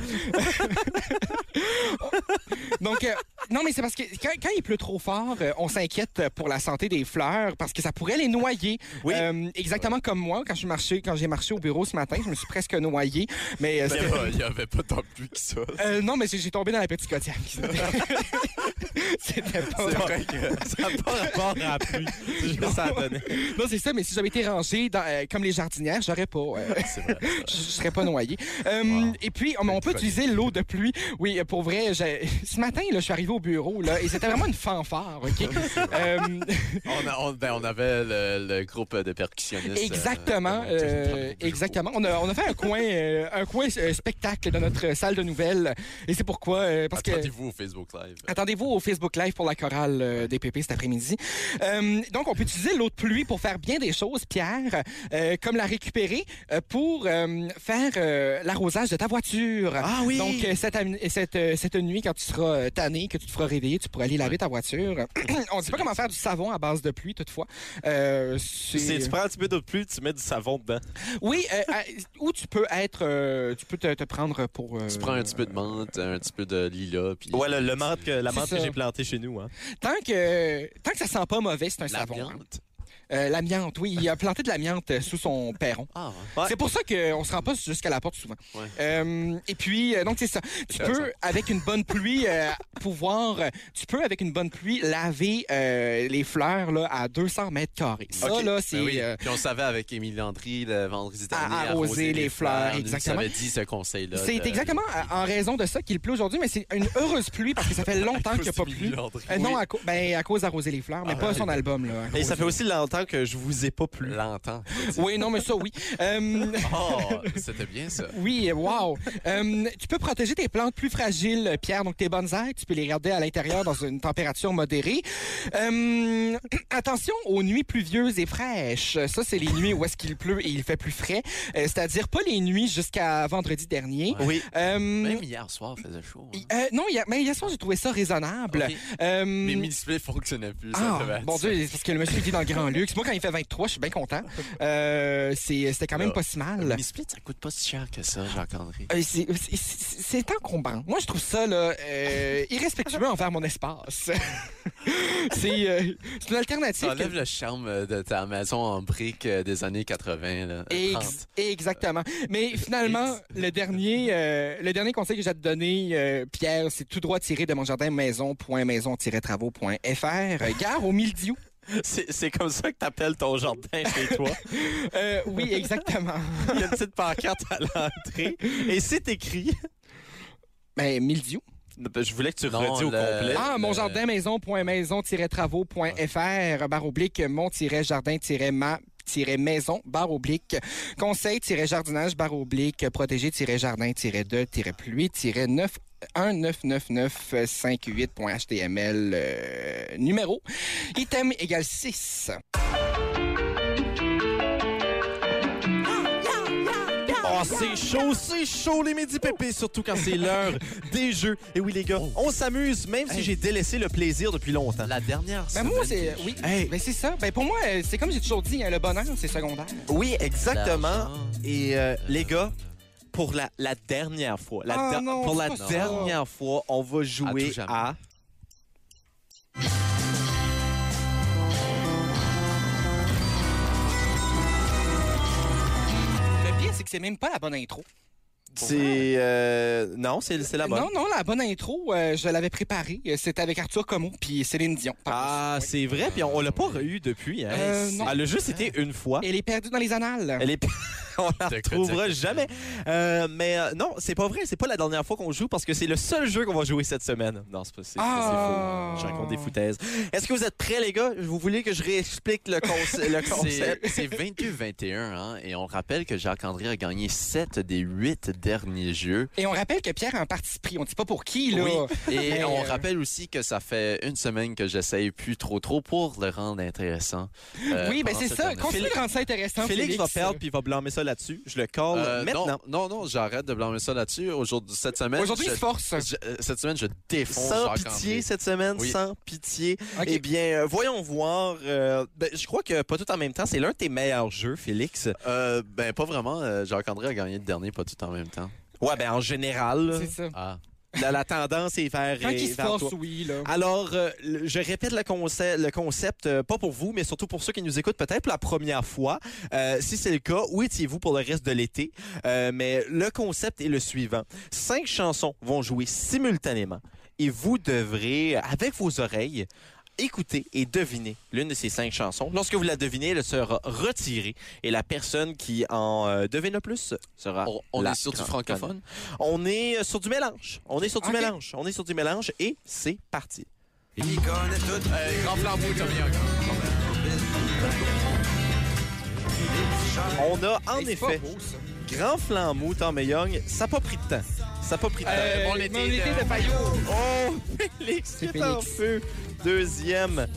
S4: Donc, euh, non, mais c'est parce que quand, quand il pleut trop fort, euh, on s'inquiète pour la santé des fleurs parce que ça pourrait les noyer.
S1: Oui.
S4: Euh, exactement comme moi, quand je suis marché- quand j'ai marché au bureau ce matin, je me suis presque noyé. Mais euh,
S3: Il
S4: c'était-
S3: n'y avait, il y avait pas tant plus que ça.
S4: Euh, non, mais j'ai j'ai tombé dans la petite cotière. <laughs> C'était pas.
S1: C'est vrai que ça n'a pas rapport à la <laughs> pluie. C'est juste que ça a donné.
S4: Non, c'est ça, mais si j'avais été rangé dans, euh, comme les jardinières, j'aurais pas. euh,
S3: <laughs> C'est vrai.
S4: je je serais pas noyé. Euh,
S3: Wow.
S4: Et puis, on, on peut utiliser l'eau de pluie. Oui, euh, pour vrai, j'ai- <laughs> ce matin, là, je suis arrivé au bureau là, et c'était vraiment une fanfare,
S3: <laughs>
S4: OK? Euh,
S3: On, a- on- ben, on avait le, le groupe de percussionnistes. euh,
S4: exactement.
S3: de mon-
S4: euh, exactement. On a, on a fait un coin, euh, un coin euh, spectacle dans notre salle de nouvelles. Et c'est pourquoi... euh, parce que... Ah,
S3: Attendez-vous au Facebook Live.
S4: Attendez-vous au Facebook Live pour la chorale euh, des pépés cet après-midi. Euh, donc, on peut utiliser l'eau de pluie pour faire bien des choses, Pierre, euh, comme la récupérer euh, pour euh, faire euh, l'arrosage de ta voiture.
S1: Ah oui!
S4: Donc, euh, cette, am- cette, euh, cette nuit, quand tu seras euh, tanné, que tu te feras réveiller, tu pourras aller laver ta voiture. <clears throat> on ne sait pas comment faire du savon à base de pluie, toutefois. Euh,
S1: C'est- tu prends un petit peu d'eau de pluie, tu mets du savon dedans.
S4: Oui, euh, à- ou tu peux être... euh, tu peux te, te prendre pour... euh,
S3: Tu prends un petit peu de menthe, un petit peu de lilas. Puis
S1: Ouais, le, le menthe que, la
S4: C'est
S1: menthe que
S4: ça.
S1: j'ai plantée chez nous. Hein.
S4: Tant que, tant que ça sent pas mauvais, c'est un
S3: la
S4: savon. hein.
S3: viande.
S4: Euh, l'amiante, oui. Il a planté de l'amiante euh, sous son perron.
S3: Ah, ouais.
S1: Ouais.
S4: C'est pour ça qu'on se rend pas jusqu'à la porte souvent.
S3: Ouais.
S4: Euh, et puis, euh, donc c'est ça. Tu
S3: Intéressant.
S4: peux, avec une bonne pluie, euh, pouvoir, euh, tu peux, avec une bonne pluie, laver euh, les fleurs là, à 200 mètres carrés. Ça,
S3: OK.
S4: là, c'est...
S3: Ben oui.
S4: euh,
S3: Puis on savait avec Émile Landry le vendredi dernier.
S4: arroser les fleurs,
S3: Il
S4: exactement.
S3: Nous avait dit ce conseil-là.
S4: c'est
S3: de-
S4: exactement à- en raison de ça qu'il pleut aujourd'hui, mais c'est une heureuse pluie parce que ça
S3: <laughs>
S4: fait longtemps qu'il n'y a pas
S3: Émile
S4: plu.
S3: Landry.
S4: Euh, non, à, cau- ben, à cause d'arroser les fleurs, mais
S3: Ah,
S4: pas
S3: ouais.
S4: son album. Là,
S1: Et ça fait aussi longtemps que je vous ai pas plu.
S3: L'entend.
S4: Oui, non, mais ça, oui. Euh,
S3: <laughs>
S4: <laughs>
S3: Oh, c'était bien ça.
S4: Oui, wow. Euh, tu peux protéger tes plantes plus fragiles, Pierre, donc tes bonsaïs, tu peux les garder à l'intérieur dans une température modérée. Euh, <clears throat> attention aux nuits pluvieuses et fraîches. Ça, c'est les nuits où est-ce qu'il pleut et il fait plus frais, Euh, c'est-à-dire pas les nuits jusqu'à vendredi dernier.
S1: Oui,
S4: Euh,
S3: Même hier soir, faisait chaud. hein.
S4: euh, non, hier- mais hier soir, j'ai trouvé ça raisonnable.
S3: Ok.
S4: Euh,
S3: Mes multiples fonctionnaient plus. ça devait
S4: ah,
S3: être
S4: bon
S3: ça.
S4: Dieu, c'est parce que le monsieur vit dans le grand luxe. Moi, quand il fait 23, je suis bien content. Euh, c'est- C'était quand même pas si mal.
S3: Mes splits, ça coûte pas si cher que ça, Jacques-André.
S4: Euh, c'est- c'est- C'est c'est encombrant. Moi, je trouve ça là, euh, irrespectueux envers mon espace. <laughs> c'est euh, c'est une alternative.
S3: Ça enlève
S4: que-
S3: le charme euh, de ta maison en briques euh, des années 80. Là.
S4: Ex- exactement. Mais finalement, le dernier, euh, le dernier conseil que j'ai à te donner, euh, Pierre, c'est tout droit tiré de mon jardin maison.maison-travaux.fr. Euh, Gare au mildiou.
S1: <laughs> c'est c'est comme ça que t'appelles ton jardin chez <laughs> toi.
S4: Euh, oui, exactement. <laughs>
S1: Il y a une petite pancarte à l'entrée et c'est écrit.
S4: Ben, mildiou.
S1: Je voulais que tu
S3: Non,
S1: redis au
S3: le-
S1: complet.
S4: Ah,
S3: Le-
S4: mon jardin maison.maison-travaux.fr, barre oblique, mon-jardin-ma maison, barre oblique, conseil-jardinage, barre oblique, protéger-jardin-2-pluie-9 1999958.html euh, numéro. Item égale 6.
S1: Oh, c'est chaud, c'est chaud les midi pépés, surtout quand c'est l'heure des jeux. Et oui, les gars, on s'amuse, même si j'ai délaissé le plaisir depuis longtemps.
S3: La dernière
S4: Ben
S3: semaine.
S4: moi, c'est... Oui,
S1: Hey.
S4: ben c'est ça. Ben pour moi, euh, c'est comme j'ai toujours dit, hein, le bonheur, c'est secondaire.
S1: Oui, exactement.
S3: L'argent.
S1: Et euh, les gars, pour la, la dernière fois, la
S4: Ah
S1: der-
S4: non,
S1: pour
S4: c'est
S1: la
S4: pas ça.
S1: dernière fois, on va jouer
S3: jamais.
S1: à.
S4: Le pire, c'est que c'est même pas la bonne intro.
S1: C'est. euh, non, c'est c'est la bonne.
S4: Non, non, la bonne intro, euh, je l'avais préparée. Euh, C'était avec Arthur Como puis Céline Dion.
S1: Ah, c'est vrai, puis on, on l'a pas eu depuis. Hein.
S4: Euh, non.
S1: Elle a juste été une fois.
S4: Elle est perdue dans les annales.
S1: Elle est... <laughs> on la
S3: Tic, tic,
S1: retrouvera jamais. Euh, mais euh, non, c'est pas vrai. C'est pas la dernière fois qu'on joue parce que c'est le seul jeu qu'on va jouer cette semaine. Non, c'est pas c'est- c'est
S4: Ah.
S1: faux. Je raconte des foutaises. Est-ce que vous êtes prêts, les gars? Vous voulez que je réexplique le, <laughs> conce- le concept?
S3: <laughs> C'est c'est 22-21, hein, et on rappelle que Jacques-André a gagné 7 des 8 derniers jeux.
S4: Et on rappelle que Pierre a un parti pris. On dit pas pour qui, là.
S3: Et
S4: Mais,
S3: on
S4: euh,
S3: rappelle aussi que ça fait une semaine que j'essaye plus trop trop pour le rendre intéressant. euh,
S4: oui, ben
S3: pendant
S4: c'est
S3: cette
S4: ça.
S3: dernière-
S4: Continue quand c'est intéressant.
S1: Félix va perdre puis il va blâmer ça là-dessus. Je le call
S3: Euh,
S1: maintenant.
S3: non, non, non, j'arrête de blâmer ça là-dessus. Aujourd'hui, cette semaine,
S4: Aujourd'hui, il
S3: je-
S4: se force.
S3: je- euh, cette semaine, je défonce
S1: Sans
S3: Jacques-André.
S1: pitié cette semaine,
S3: Oui.
S1: sans pitié.
S4: Ok.
S1: Eh bien, euh, voyons voir. euh, ben, je crois que pas tout en même temps, c'est l'un de tes meilleurs jeux, Félix.
S3: Euh, ben pas vraiment. euh, Jacques-André a gagné le dernier, pas tout en même temps.
S1: Ouais, ben en général, là,
S4: C'est ça.
S3: Ah.
S1: la, la tendance est vers.
S4: Quand il
S1: est
S4: se
S1: vers
S4: force,
S1: toi.
S4: oui, là.
S1: Alors, euh, le- je répète le concept, le concept euh, pas pour vous, mais surtout pour ceux qui nous écoutent peut-être pour la première fois. Euh, si c'est le cas, où étiez-vous pour le reste de l'été? Euh, mais le concept est le suivant. Cinq chansons vont jouer simultanément et vous devrez, euh, avec vos oreilles, écouter et deviner l'une de ces cinq chansons. Lorsque vous la devinez, elle sera retirée et la personne qui en euh, devine le plus sera...
S3: On, on
S1: la
S3: est sur du
S1: grande
S3: francophone.
S1: On est euh, sur du mélange. On est sur du
S4: Ok.
S1: mélange. On est sur du mélange et c'est parti.
S3: Euh, grand flambeau, Tommy Hawk.
S1: On a en
S4: Hey, c'est
S1: effet Euh,
S4: pas beau, ça.
S1: Grand Flambeau, Tom et Young, ça n'a pas pris de temps. Ça n'a pas pris de temps.
S4: Euh,
S3: bon,
S4: mon
S3: l'été
S4: été
S3: de-
S4: de Payot.
S1: Oh, <laughs> Félix,
S4: C'est
S1: qui est en
S4: Félix.
S1: feu. Deuxième.
S4: Ben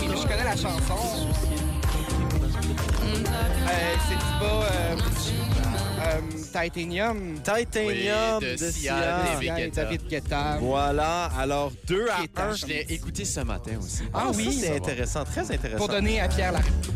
S4: oui, je connais la chanson. Euh, c'est pas euh, euh, Titanium.
S1: Titanium
S3: Oui, de
S1: de,
S3: Sia,
S1: Sia.
S4: Sia
S3: David
S4: et
S3: Guetta.
S4: David Guetta.
S1: Voilà, alors deux à
S4: Qui est
S1: un.
S4: un
S3: Je l'ai écouté ce matin aussi.
S4: Ah
S1: Alors,
S4: oui.
S1: ça, c'est
S3: Ça va.
S1: intéressant, très intéressant.
S4: Pour donner à Pierre la réponse.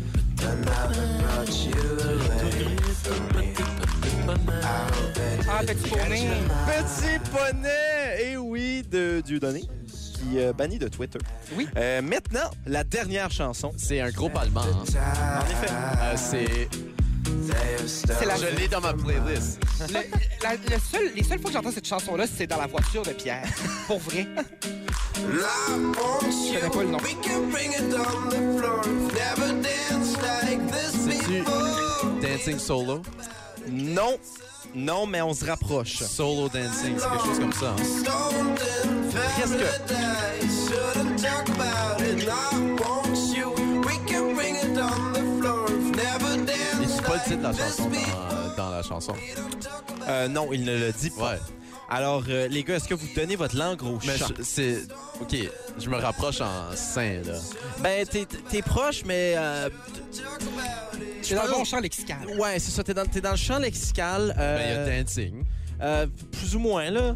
S4: Ah, petit tourné.
S1: Petit poney, et Ah. Eh oui, de Dieudonné, qui est banni de Twitter.
S4: Oui.
S1: Euh, maintenant, la dernière chanson.
S3: C'est un groupe allemand. hein.
S1: En effet,
S3: Euh, c'est.
S4: C'est la,
S3: Je l'ai dans ma playlist.
S4: le- la- le seul- les seules fois que j'entends cette chanson-là, c'est dans la voiture de Pierre. Pour
S3: <laughs>
S4: vrai. Je connais pas le nom.
S3: C'est-tu Dancing Solo?
S1: non, non, mais on se rapproche.
S3: Solo Dancing, c'est quelque chose comme ça. hein.
S1: Qu'est-ce que...
S3: Il dit pas le titre de la chanson dans, dans la chanson.
S1: Euh, non, il ne le dit pas.
S3: Ouais.
S1: Alors, euh, les gars, est-ce que vous donnez votre langue au
S3: Mais
S1: chat?
S3: je- c'est. Ok, je me rapproche en sein, là.
S1: Ben, t'es, t'es proche, mais... euh,
S4: C'est dans le bon champ lexical.
S1: ouais, c'est ça, t'es dans, t'es dans le champ lexical. euh,
S3: Ben, il y a Dancing.
S1: euh, plus ou moins, là.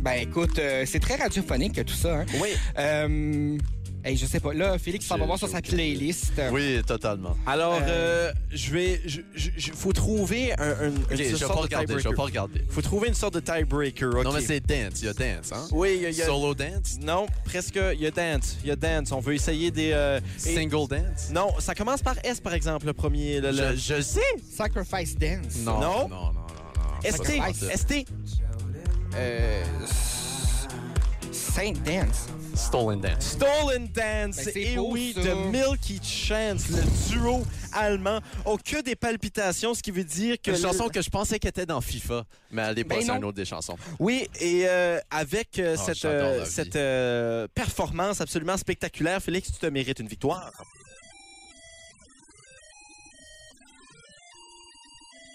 S4: Ben écoute, euh, c'est très radiophonique tout ça. Hein.
S1: Oui.
S4: Euh, hey, je sais pas. Là, Félix s'en va voir sur sa playlist.
S3: Oui, totalement.
S1: Alors,
S4: Euh,
S1: euh, je vais... Je, je- je- faut trouver un, un- une
S3: Ok, je vais
S1: sorte
S3: pas
S1: de
S3: regarder, je vais
S1: tiebreaker.
S3: pas regarder.
S1: Faut trouver une sorte de tiebreaker, OK?
S3: Non, mais c'est Dance, il y a Dance, hein?
S1: Oui, il y a... il y a-
S3: Solo Dance?
S1: Non, presque, il y a dance. Il y a dance. On veut essayer des... euh, et-
S3: Single Dance?
S1: Non, ça commence par S, par exemple, le premier. le- le-
S3: Je, je sais!
S4: Sacrifice Dance.
S3: Non,
S1: Non.
S3: non, non, non. non.
S1: ST, ST.
S4: Euh, Saint Dance.
S3: Stolen Dance.
S1: Stolen Dance,
S4: Ben, c'est
S1: et
S4: beau,
S1: oui,
S4: ça.
S1: de Milky Chance, le duo allemand, ont que des palpitations, ce qui veut dire que...
S3: Une chanson
S1: le-
S3: que je pensais qu'elle était dans FIFA, mais elle est
S4: Ben
S3: pas sur
S4: non.
S3: une autre des chansons.
S1: Oui, et euh, avec euh,
S3: Ah,
S1: cette,
S3: j'adore
S1: euh,
S3: la vie.
S1: cette euh, performance absolument spectaculaire, Félix, tu te mérites une victoire.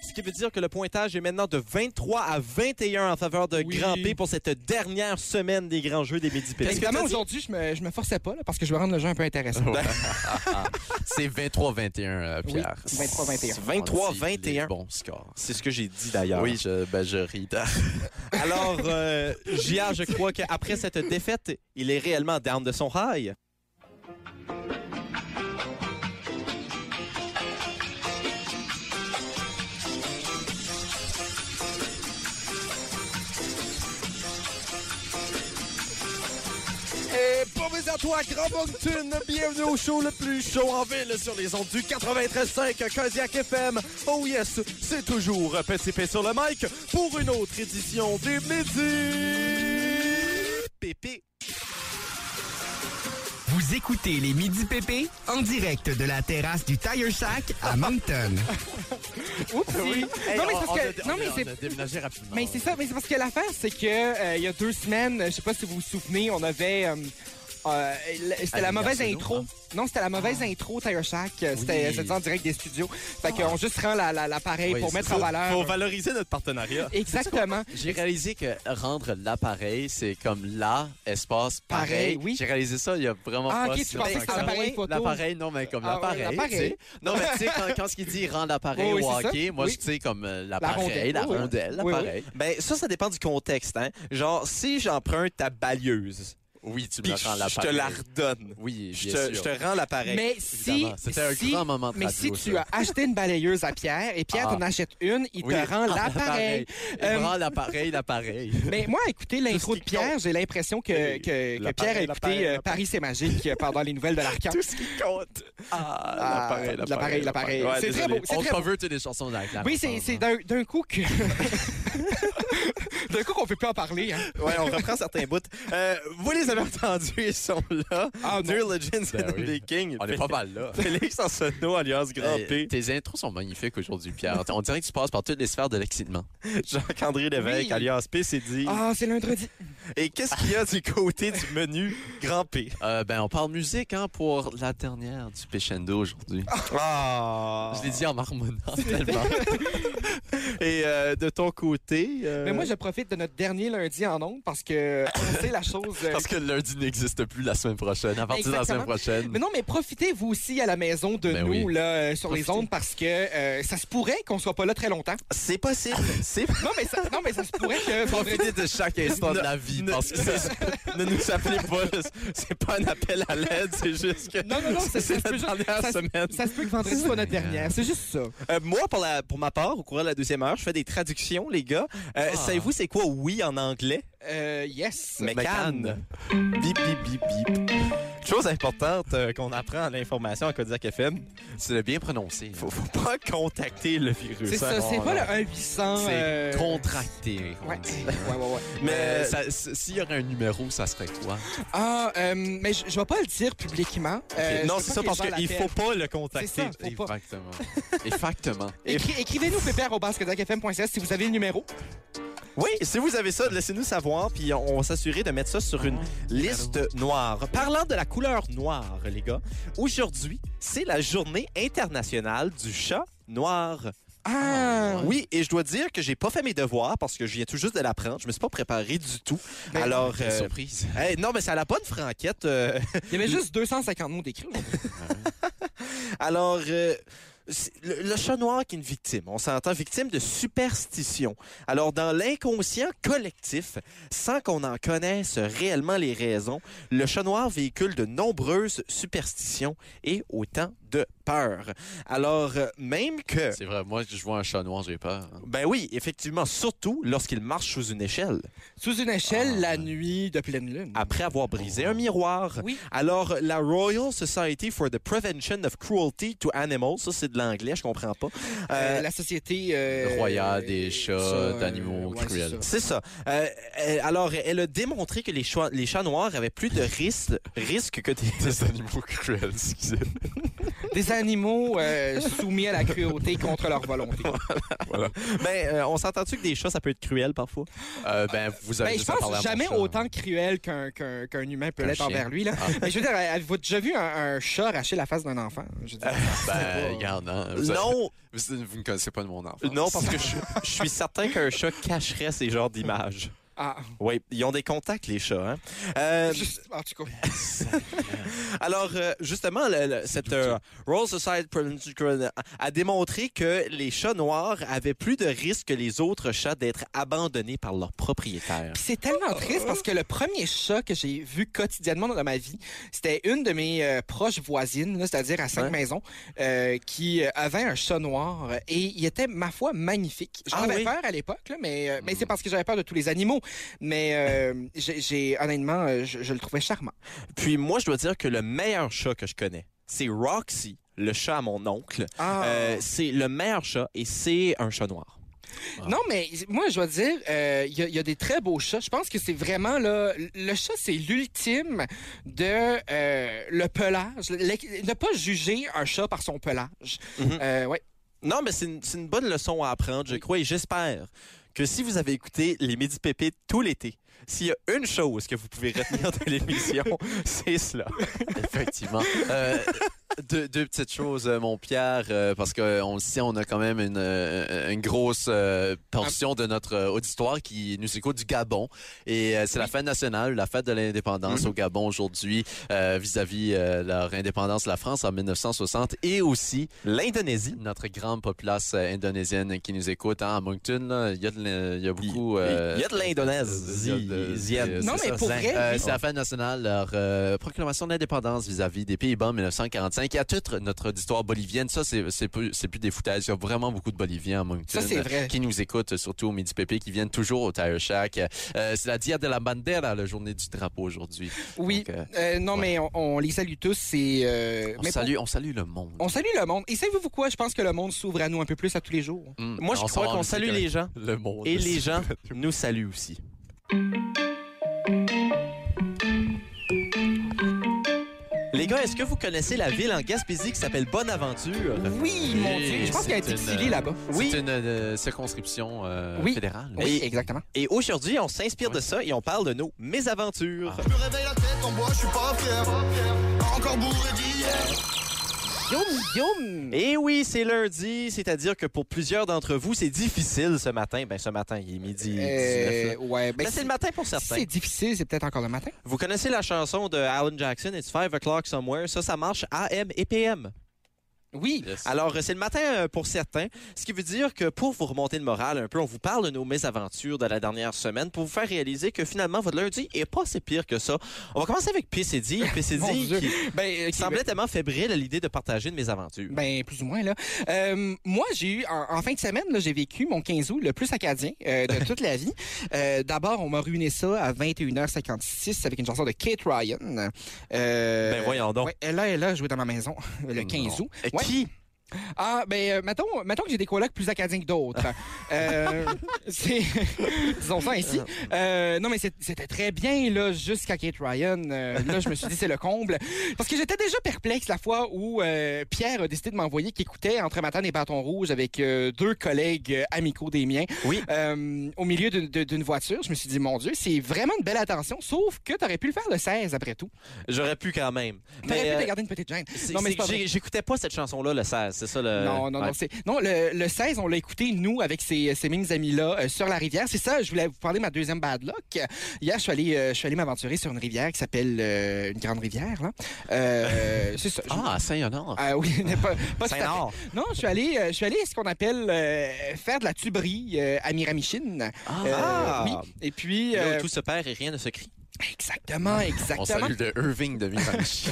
S1: Ce qui veut dire que le pointage est maintenant de 23 à 21 en faveur de
S4: Oui.
S1: Grand P pour cette dernière semaine des grands jeux des midi
S3: Qu'est-ce que
S4: Évidemment,
S3: t'as dit? Oh,
S4: aujourd'hui, je me, je me forçais pas là, parce que je veux rendre le jeu un peu intéressant. Ben
S3: C'est 23-21, euh,
S4: Oui,
S3: Pierre.
S4: 23-21.
S1: 23-21.
S3: Bon score.
S1: C'est ce que j'ai dit d'ailleurs.
S3: Oui, je, ben, je ris.
S1: Alors, euh, Gia, je crois qu'après cette défaite, il est réellement down de son high.
S4: Et proviseur
S3: Pierre-Antoine Grandmoncton, bienvenue au show le plus chaud en ville sur les ondes du 93.5 Kodiak FM. Oh yes, c'est toujours Petit P sur le mic pour une autre édition des Midi
S1: Pépé.
S2: Vous écoutez les Midi PP en direct de la terrasse du Tire Shack à
S4: <laughs>
S2: Moncton.
S4: Oups!
S3: Hey,
S4: non, mais c'est
S3: on-
S4: parce
S3: on
S4: que.
S3: a-
S4: Non,
S3: on
S4: mais
S3: a- on a
S4: c'est.
S3: déménagé rapidement.
S4: Mais c'est ça, mais c'est parce que l'affaire, c'est que euh, il y a deux semaines, je sais pas si vous vous souvenez, on avait. euh, euh, l- c'était la
S3: Anniversaire
S4: mauvaise
S3: Sono,
S4: intro.
S3: hein?
S4: Non, c'était la mauvaise intro Tire Shack. C'était c'était en direct des studios. Fait qu'on juste rend la- la- l'appareil
S3: Ah. <laughs> Oui,
S4: pour
S3: c'est
S4: mettre
S3: ça.
S4: en valeur.
S1: Faut valoriser notre partenariat.
S4: Exactement.
S3: J'ai réalisé que rendre l'appareil, c'est comme la espace pareil.
S4: Pareil, oui.
S3: J'ai réalisé ça il y a vraiment
S4: Ah,
S3: pas
S4: ok,
S3: si
S4: tu pensais
S3: longtemps
S4: que c'était
S3: ça.
S4: l'appareil photo.
S3: L'appareil, non, mais comme
S4: Ah, ouais,
S3: l'appareil.
S4: l'appareil.
S3: tu sais. Non, mais tu sais, quand, quand ce qu'il dit rend l'appareil
S4: Oui, oui,
S3: au
S4: c'est ça.
S3: hockey, moi,
S4: Oui.
S3: je sais comme euh, l'appareil,
S4: rondelle,
S3: la
S4: oui, oui.
S3: rondelle,
S4: Oui, oui.
S3: l'appareil.
S1: Ben, ça, ça dépend du contexte, hein. Genre, si j'emprunte ta balieuse,
S3: Oui, tu
S1: puis
S3: me
S1: je
S3: rends
S1: je te
S3: l'appareil.
S1: la redonne,
S3: Oui,
S1: je
S3: bien
S1: te,
S3: sûr.
S1: je te rends l'appareil.
S4: Mais si,
S3: évidemment. C'était un
S4: si-
S3: grand moment de
S4: mais
S3: radio,
S4: si tu
S3: ça.
S4: as acheté une balayeuse à Pierre et Pierre
S3: Ah.
S4: t'en achète une, il
S3: Oui. Ah,
S4: te rend l'appareil.
S3: Il
S4: Euh,
S3: rend l'appareil, l'appareil.
S4: Mais moi, écoutez l'intro de Pierre, j'ai l'impression que, que- que Pierre a écouté euh, Paris c'est magique pendant les nouvelles de
S1: <laughs>
S4: l'Arcan.
S3: ce qui compte. Ah,
S4: Ah,
S3: l'appareil, l'appareil.
S4: l'appareil, l'appareil.
S3: Ouais,
S4: C'est très
S3: désolé.
S4: beau, c'est
S3: On
S4: très
S3: cover toutes les chansons de la Claire
S4: Oui, c'est
S3: ensemble,
S4: c'est
S3: hein.
S4: d'un d'un coup que. <laughs> d'un coup qu'on peut plus en parler. Hein.
S1: Ouais, on reprend certains bouts. Euh, vous les avez entendus, ils sont là.
S4: Ah, non.
S1: Dear Legends
S3: Ben
S1: and
S3: oui.
S1: Only King.
S3: On est pas mal là.
S1: <laughs> Félix Ansono, alias Grand
S3: Hey,
S1: P.
S3: tes intros sont magnifiques aujourd'hui, Pierre. On dirait que tu passes par toutes les sphères de l'excitement.
S1: Jacques-André Lévesque,
S4: Oui.
S1: alias PCD.
S4: Ah, c'est lundi.
S1: Et qu'est-ce qu'il y a du côté du menu Grand P?
S3: Euh, ben, on parle musique hein, pour la dernière du Pechendo aujourd'hui.
S1: Ah!
S3: Je l'ai dit en <laughs> marmonnant tellement.
S1: <laughs> Et euh, de ton côté. euh,
S4: Mais moi, je profite de notre dernier lundi en ondes parce que on sait la chose. euh,
S3: Parce que le lundi n'existe plus la semaine prochaine. À partir de la semaine
S4: Exactement.
S3: prochaine.
S4: Mais non, mais profitez vous aussi à la maison de
S3: Ben
S4: nous
S3: oui.
S4: là euh, sur les
S3: Profitez.
S4: ondes parce que euh, ça se pourrait qu'on soit pas là très longtemps.
S1: C'est possible. C'est
S4: Non, mais ça, non, mais ça se pourrait que vendredi.
S3: Profitez de chaque instant de la vie.
S1: ne,
S3: Parce que
S1: <laughs>
S3: c'est
S1: ne nous appelez pas. C'est pas un appel à l'aide, c'est juste que.
S4: Non, non, non, ça, ça
S1: C'est
S4: se
S1: la
S4: peut juste-
S1: dernière
S4: ça se-
S1: semaine.
S4: ça se peut que vendredi soit notre dernière. C'est juste ça.
S1: Euh, moi, pour, la, pour ma part, au cours de la deuxième heure, je fais des traductions, les gars. Euh,
S3: Ah.
S1: Savez-vous c'est quoi oui en anglais?
S4: Euh, yes.
S1: Mécan. Bip, bip, bip, bip. Chose importante euh, qu'on apprend à l'information à Kodiak FM,
S3: tu l'as bien prononcé.
S1: faut, faut <laughs> pas contacter le virus.
S4: C'est
S1: hein.
S4: ça, c'est
S1: Bon,
S4: pas
S1: là.
S4: le 1 800
S3: C'est contracté. on
S4: euh, Ouais.
S3: dit.
S4: ouais, ouais, ouais.
S1: Mais
S3: Euh, ça- s- S'il y aurait un numéro, ça serait quoi?
S4: Ah, euh, mais je, je vais pas le dire publiquement. Euh,
S1: non,
S4: je
S1: c'est
S4: veux
S1: ça,
S4: pas
S1: parce
S4: que les gens
S1: qu'il faut
S4: l'appellent.
S1: pas le contacter.
S4: C'est ça. Faut pas.
S3: Exactement.
S4: <laughs>
S3: Exactement.
S4: Écri- Écrivez-nous pépère.basketballfm.ca si vous avez le numéro.
S1: Oui, si vous avez ça, laissez-nous savoir, puis on on va s'assurer de mettre ça sur une liste noire. Parlant de la couleur noire, les gars, aujourd'hui, c'est la journée internationale du chat noir.
S4: Ah, oui.
S1: Oui, et je dois dire que j'ai pas fait mes devoirs parce que je viens tout juste de l'apprendre. Je me suis pas préparé du tout.
S4: Ben,
S1: Alors,
S3: Quelle
S1: euh,
S3: surprise.
S1: hey, non, mais c'est à la bonne franquette. euh,
S4: Il y avait juste 250 mots d'écrit. aujourd'hui.
S1: Alors, euh, c'est- le, le chat noir qui est une victime, on s'entend victime de superstition. Alors, dans l'inconscient collectif, sans qu'on en connaisse réellement les raisons, le chat noir véhicule de nombreuses superstitions et autant de peurs. Alors, euh, même que...
S3: C'est vrai, moi, je vois un chat noir, j'ai peur. hein.
S1: Ben oui, effectivement, surtout lorsqu'il marche sous une échelle,
S4: Sous une échelle,
S1: Ah,
S4: la nuit de pleine lune.
S1: après avoir brisé un miroir.
S4: Oui.
S1: Alors, la Royal Society for the Prevention of Cruelty to Animals, ça c'est de l'anglais, je comprends pas.
S4: Euh,
S1: Euh,
S4: la société... euh,
S3: Royale des
S4: euh,
S3: chats,
S4: ça, euh,
S3: d'animaux
S4: ouais,
S3: cruels.
S4: c'est ça.
S1: C'est ça. Euh, euh, alors, elle a démontré que les, choix- les chats noirs avaient plus de risques risques que des...
S3: Des animaux cruels, excusez.
S4: Des animaux euh, soumis à la cruauté contre leur volonté.
S1: Ben, euh, on s'entend-tu que des chats, ça peut être cruel parfois?
S3: Euh, ben, vous avez
S4: Ben, je
S3: juste à parler à
S4: pense
S3: mon
S4: jamais
S3: chat.
S4: autant cruel qu'un qu'un- qu'un humain peut
S3: Qu'un
S4: l'être
S3: chien.
S4: envers lui. Là.
S3: Ah.
S4: Mais je veux dire, euh, avez-vous déjà vu un, un chat arracher la face d'un enfant? Je veux dire,
S1: <laughs>
S3: Ben, regarde, hein, vous, Ah,
S1: Non,
S3: Vous, vous ne connaissez pas de mon enfance.
S1: non, parce que je, je suis certain qu'un chat cacherait ces genres d'images.
S4: ah,
S1: Oui, ils ont des contacts, les chats. Hein? Euh,
S4: juste- en tout cas.
S1: alors, euh, justement, le- le- cette euh, Royal Society Prevention Cruelty a démontré que les chats noirs avaient plus de risques que les autres chats d'être abandonnés par leur propriétaire.
S4: Puis c'est tellement triste parce que le premier chat que j'ai vu quotidiennement dans ma vie, c'était une de mes euh, proches voisines, là, c'est-à-dire à cinq
S1: Ouais.
S4: maisons, euh, qui euh, avait un chat noir euh, et il était, ma foi, magnifique. J'en
S1: Ah
S4: avais
S1: oui? Hmm.
S4: peur à l'époque, là, mais, euh, mais c'est parce que j'avais peur de tous les animaux. Mais euh, j'ai- j'ai honnêtement, euh, je, je le trouvais charmant.
S1: Puis moi, je dois dire que le meilleur chat que je connais, c'est Roxy, le chat à mon oncle.
S4: Ah.
S1: Euh, c'est le meilleur chat et c'est un chat noir.
S4: Non, mais moi, je dois dire, euh, il y, a- il y a des très beaux chats. Je pense que c'est vraiment, là, le chat, c'est l'ultime de euh, le pelage. Le- ne pas juger un chat par son pelage.
S1: Mhm.
S4: Euh, ouais.
S1: Non, mais c'est une, c'est une bonne leçon à apprendre, je crois, et j'espère que si vous avez écouté les Midi Pépé tout l'été, s'il y a une chose que vous pouvez retenir de l'émission, <laughs> c'est cela.
S3: <laughs> Effectivement. Euh, deux, deux petites choses, euh, mon Pierre, euh, parce que euh, on le sait, on a quand même une, euh, une grosse euh, portion de notre euh, auditoire qui nous écoute du Gabon. Et euh, c'est la fête nationale, la fête de l'indépendance
S1: Mhm.
S3: au Gabon aujourd'hui, euh, vis-à-vis euh, leur indépendance de la France en 1960 et aussi
S1: L'Indonésie.
S3: notre grande populace euh, indonésienne qui nous écoute hein, à Moncton. là, Il y, a de l'in- il y a beaucoup... euh,
S1: Il y a de l'Indonésie.
S3: il y a de-
S1: Zienne.
S4: Non,
S1: C'est
S4: mais
S1: ça,
S4: pour
S1: zin.
S4: vrai,
S3: euh,
S4: oui.
S3: c'est la fête nationale, leur euh, proclamation d'indépendance vis-à-vis des Pays-Bas en 1945. Et à titre, notre auditoire bolivienne, ça, c'est c'est plus, c'est plus des foutaises. Il y a vraiment beaucoup de Boliviens à Moncton.
S4: Ça, c'est
S3: euh,
S4: vrai.
S3: Qui nous écoutent, surtout au Midi Pépé, qui viennent toujours au Tire Shack. Euh, c'est la Dia de la Bandera, la journée du drapeau aujourd'hui.
S4: Oui.
S3: Donc, euh,
S4: Euh, non,
S3: ouais.
S4: mais on, on les salue tous. Et, euh,
S3: on,
S4: mais
S3: salue, on salue le monde.
S4: pour- on salue le monde. Et savez-vous quoi? Je pense que le monde s'ouvre à nous un peu plus à tous les jours.
S3: Mm,
S1: Moi, je
S3: on
S1: crois
S3: s'en
S1: qu'on
S3: rend
S1: salue
S3: aussi
S1: les gens
S3: que Le monde.
S1: et les gens nous saluent aussi. Les gars, est-ce que vous connaissez la ville en Gaspésie qui s'appelle Bonaventure?
S4: Oui, mon Dieu. Je pense qu'il y a un
S3: c'est une,
S4: distillerie
S3: euh,
S4: là-bas.
S1: Oui.
S3: C'est une euh, circonscription euh,
S4: Oui.
S3: fédérale.
S4: Oui, exactement.
S1: Et aujourd'hui, on s'inspire de ça et on parle de nos mésaventures.
S6: Je
S4: Ah.
S6: me réveille la tête en bois, je suis pas fier. Encore bourré d'hier.
S4: Yum, yum!
S1: Et oui, c'est lundi, c'est-à-dire que pour plusieurs d'entre vous, c'est difficile ce matin. Ben, ce matin, il est midi 19.
S4: Euh,
S1: là.
S4: ouais, ben,
S1: Ben, c'est le matin pour
S4: si c'est
S1: certains.
S4: difficile, c'est peut-être encore le matin.
S1: Vous connaissez la chanson de Alan Jackson, It's 5 o'clock somewhere. Ça, ça marche AM et PM.
S4: Oui.
S3: Yes.
S1: Alors, euh, c'est le matin euh, pour certains, ce qui veut dire que pour vous remonter le moral un peu, on vous parle de nos mésaventures de la dernière semaine pour vous faire réaliser que finalement, votre lundi est pas si pire que ça. On va commencer avec PCD.
S4: <laughs> Mon
S1: PCD
S4: Dieu.
S1: qui
S4: Ben, ok,
S1: semblait tellement fébrile à l'idée de partager de mes aventures.
S4: Ben, plus ou moins, là. Euh, moi, j'ai eu, en, en fin de semaine, là, j'ai vécu mon 15 août le plus acadien
S1: <laughs>
S4: euh, de toute la vie. Euh, D'abord, on m'a ruiné ça à 21h56 avec une chanson de Kate Ryan. Euh,
S1: Ben, voyons donc.
S4: ouais, elle a, elle a joué dans ma maison le 15 août.
S1: Euh,
S4: Ouais.
S1: Qui?
S4: Ah, ben, euh, mettons, mettons que j'ai des colocs plus acadiens que d'autres.
S1: <laughs>
S4: euh, c'est- <laughs> disons ça ainsi. Euh, non, mais c'est- c'était très bien, là, jusqu'à Kate Ryan. Euh, là, je me suis dit, c'est le comble. Parce que j'étais déjà perplexe la fois où euh, Pierre a décidé de m'envoyer qui écoutait Entre Matane et Bâton Rouge avec euh, deux collègues euh, amicaux des miens.
S1: Oui.
S4: Euh, au milieu d'une- de- d'une voiture, je me suis dit, mon Dieu, c'est vraiment une belle attention, sauf que t'aurais pu le faire le 16 après tout.
S1: J'aurais pu quand même.
S4: T'aurais
S1: Mais,
S4: pu
S1: euh,
S4: te garder une petite gêne.
S1: c'est-
S4: Non,
S1: c'est
S4: mais c'est pas
S1: que j'ai-
S4: vrai.
S1: j'écoutais pas cette chanson-là le 16, c'est ça le.
S4: Non, non,
S1: Euh, Ouais.
S4: non. c'est- Non, le, le 16, on l'a écouté, nous, avec ces, ces mêmes amis-là, euh, sur la rivière. C'est ça, je voulais vous parler de ma deuxième bad luck. Hier, je suis allé, euh, je suis allé m'aventurer sur une rivière qui s'appelle euh, une grande rivière, là.
S1: <laughs>
S4: Euh, c'est ça. je-
S3: Ah, à Saint-Honor.
S4: Ah oui, <laughs> n'est pas, pas tout à fait.
S1: Saint-Nord.
S4: Non, je suis allé, euh, je suis allé ce qu'on appelle euh, faire de la tuberie euh, à Miramichine. Euh,
S1: Ah!
S4: oui. Et puis.
S1: Là où
S4: euh,
S1: tout se perd et rien ne se crie.
S4: Exactement, exactement.
S3: On salue le Irving de Miramichi.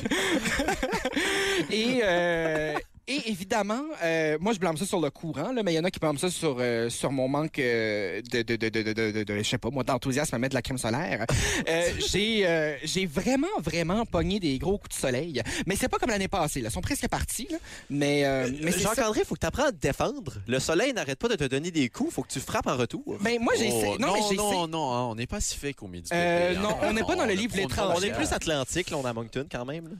S4: Et, euh, et évidemment, euh, moi, je blâme ça sur le courant, là, mais il y en a qui blâment ça sur, euh, sur mon manque euh, de, de, de, de, de, de, de- de- je sais pas, moi, d'enthousiasme à mettre de la crème solaire. Euh, j'ai, euh, j'ai vraiment, vraiment pogné des gros coups de soleil. Mais c'est pas comme l'année passée, là. Ils sont presque partis, là. Mais, euh, mais c'est ça.
S1: Jean-André, faut que tu apprennes à te défendre. Le soleil n'arrête pas de te donner des coups, faut que tu frappes en retour.
S4: Ben, moi, j'ai essayé-
S3: Oh, non,
S4: mais j'ai
S3: non,
S4: essayé-
S3: non, hein, on n'est pas si fake au midi.
S4: Euh,
S3: Pépé, hein.
S4: non, on n'est pas dans le livre
S3: prône
S4: L'étrange.
S3: pas
S1: Ah, on est
S3: la
S1: plus
S3: guerre.
S1: Atlantique, là, on est à Moncton quand même. là.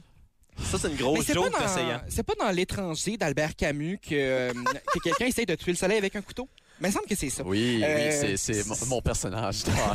S1: Ça, c'est une
S4: Mais
S1: grosse
S4: c'est pas,
S1: joke
S4: dans,
S3: hein.
S1: d'océan.
S4: c'est pas dans l'étranger d'Albert Camus que, euh, que quelqu'un essaye de tuer le soleil avec un couteau. Mais il me semble que c'est ça.
S3: Oui,
S4: Euh, Ah,
S3: oui, c'est- c'est mon,
S4: <laughs>
S3: mon personnage. toi.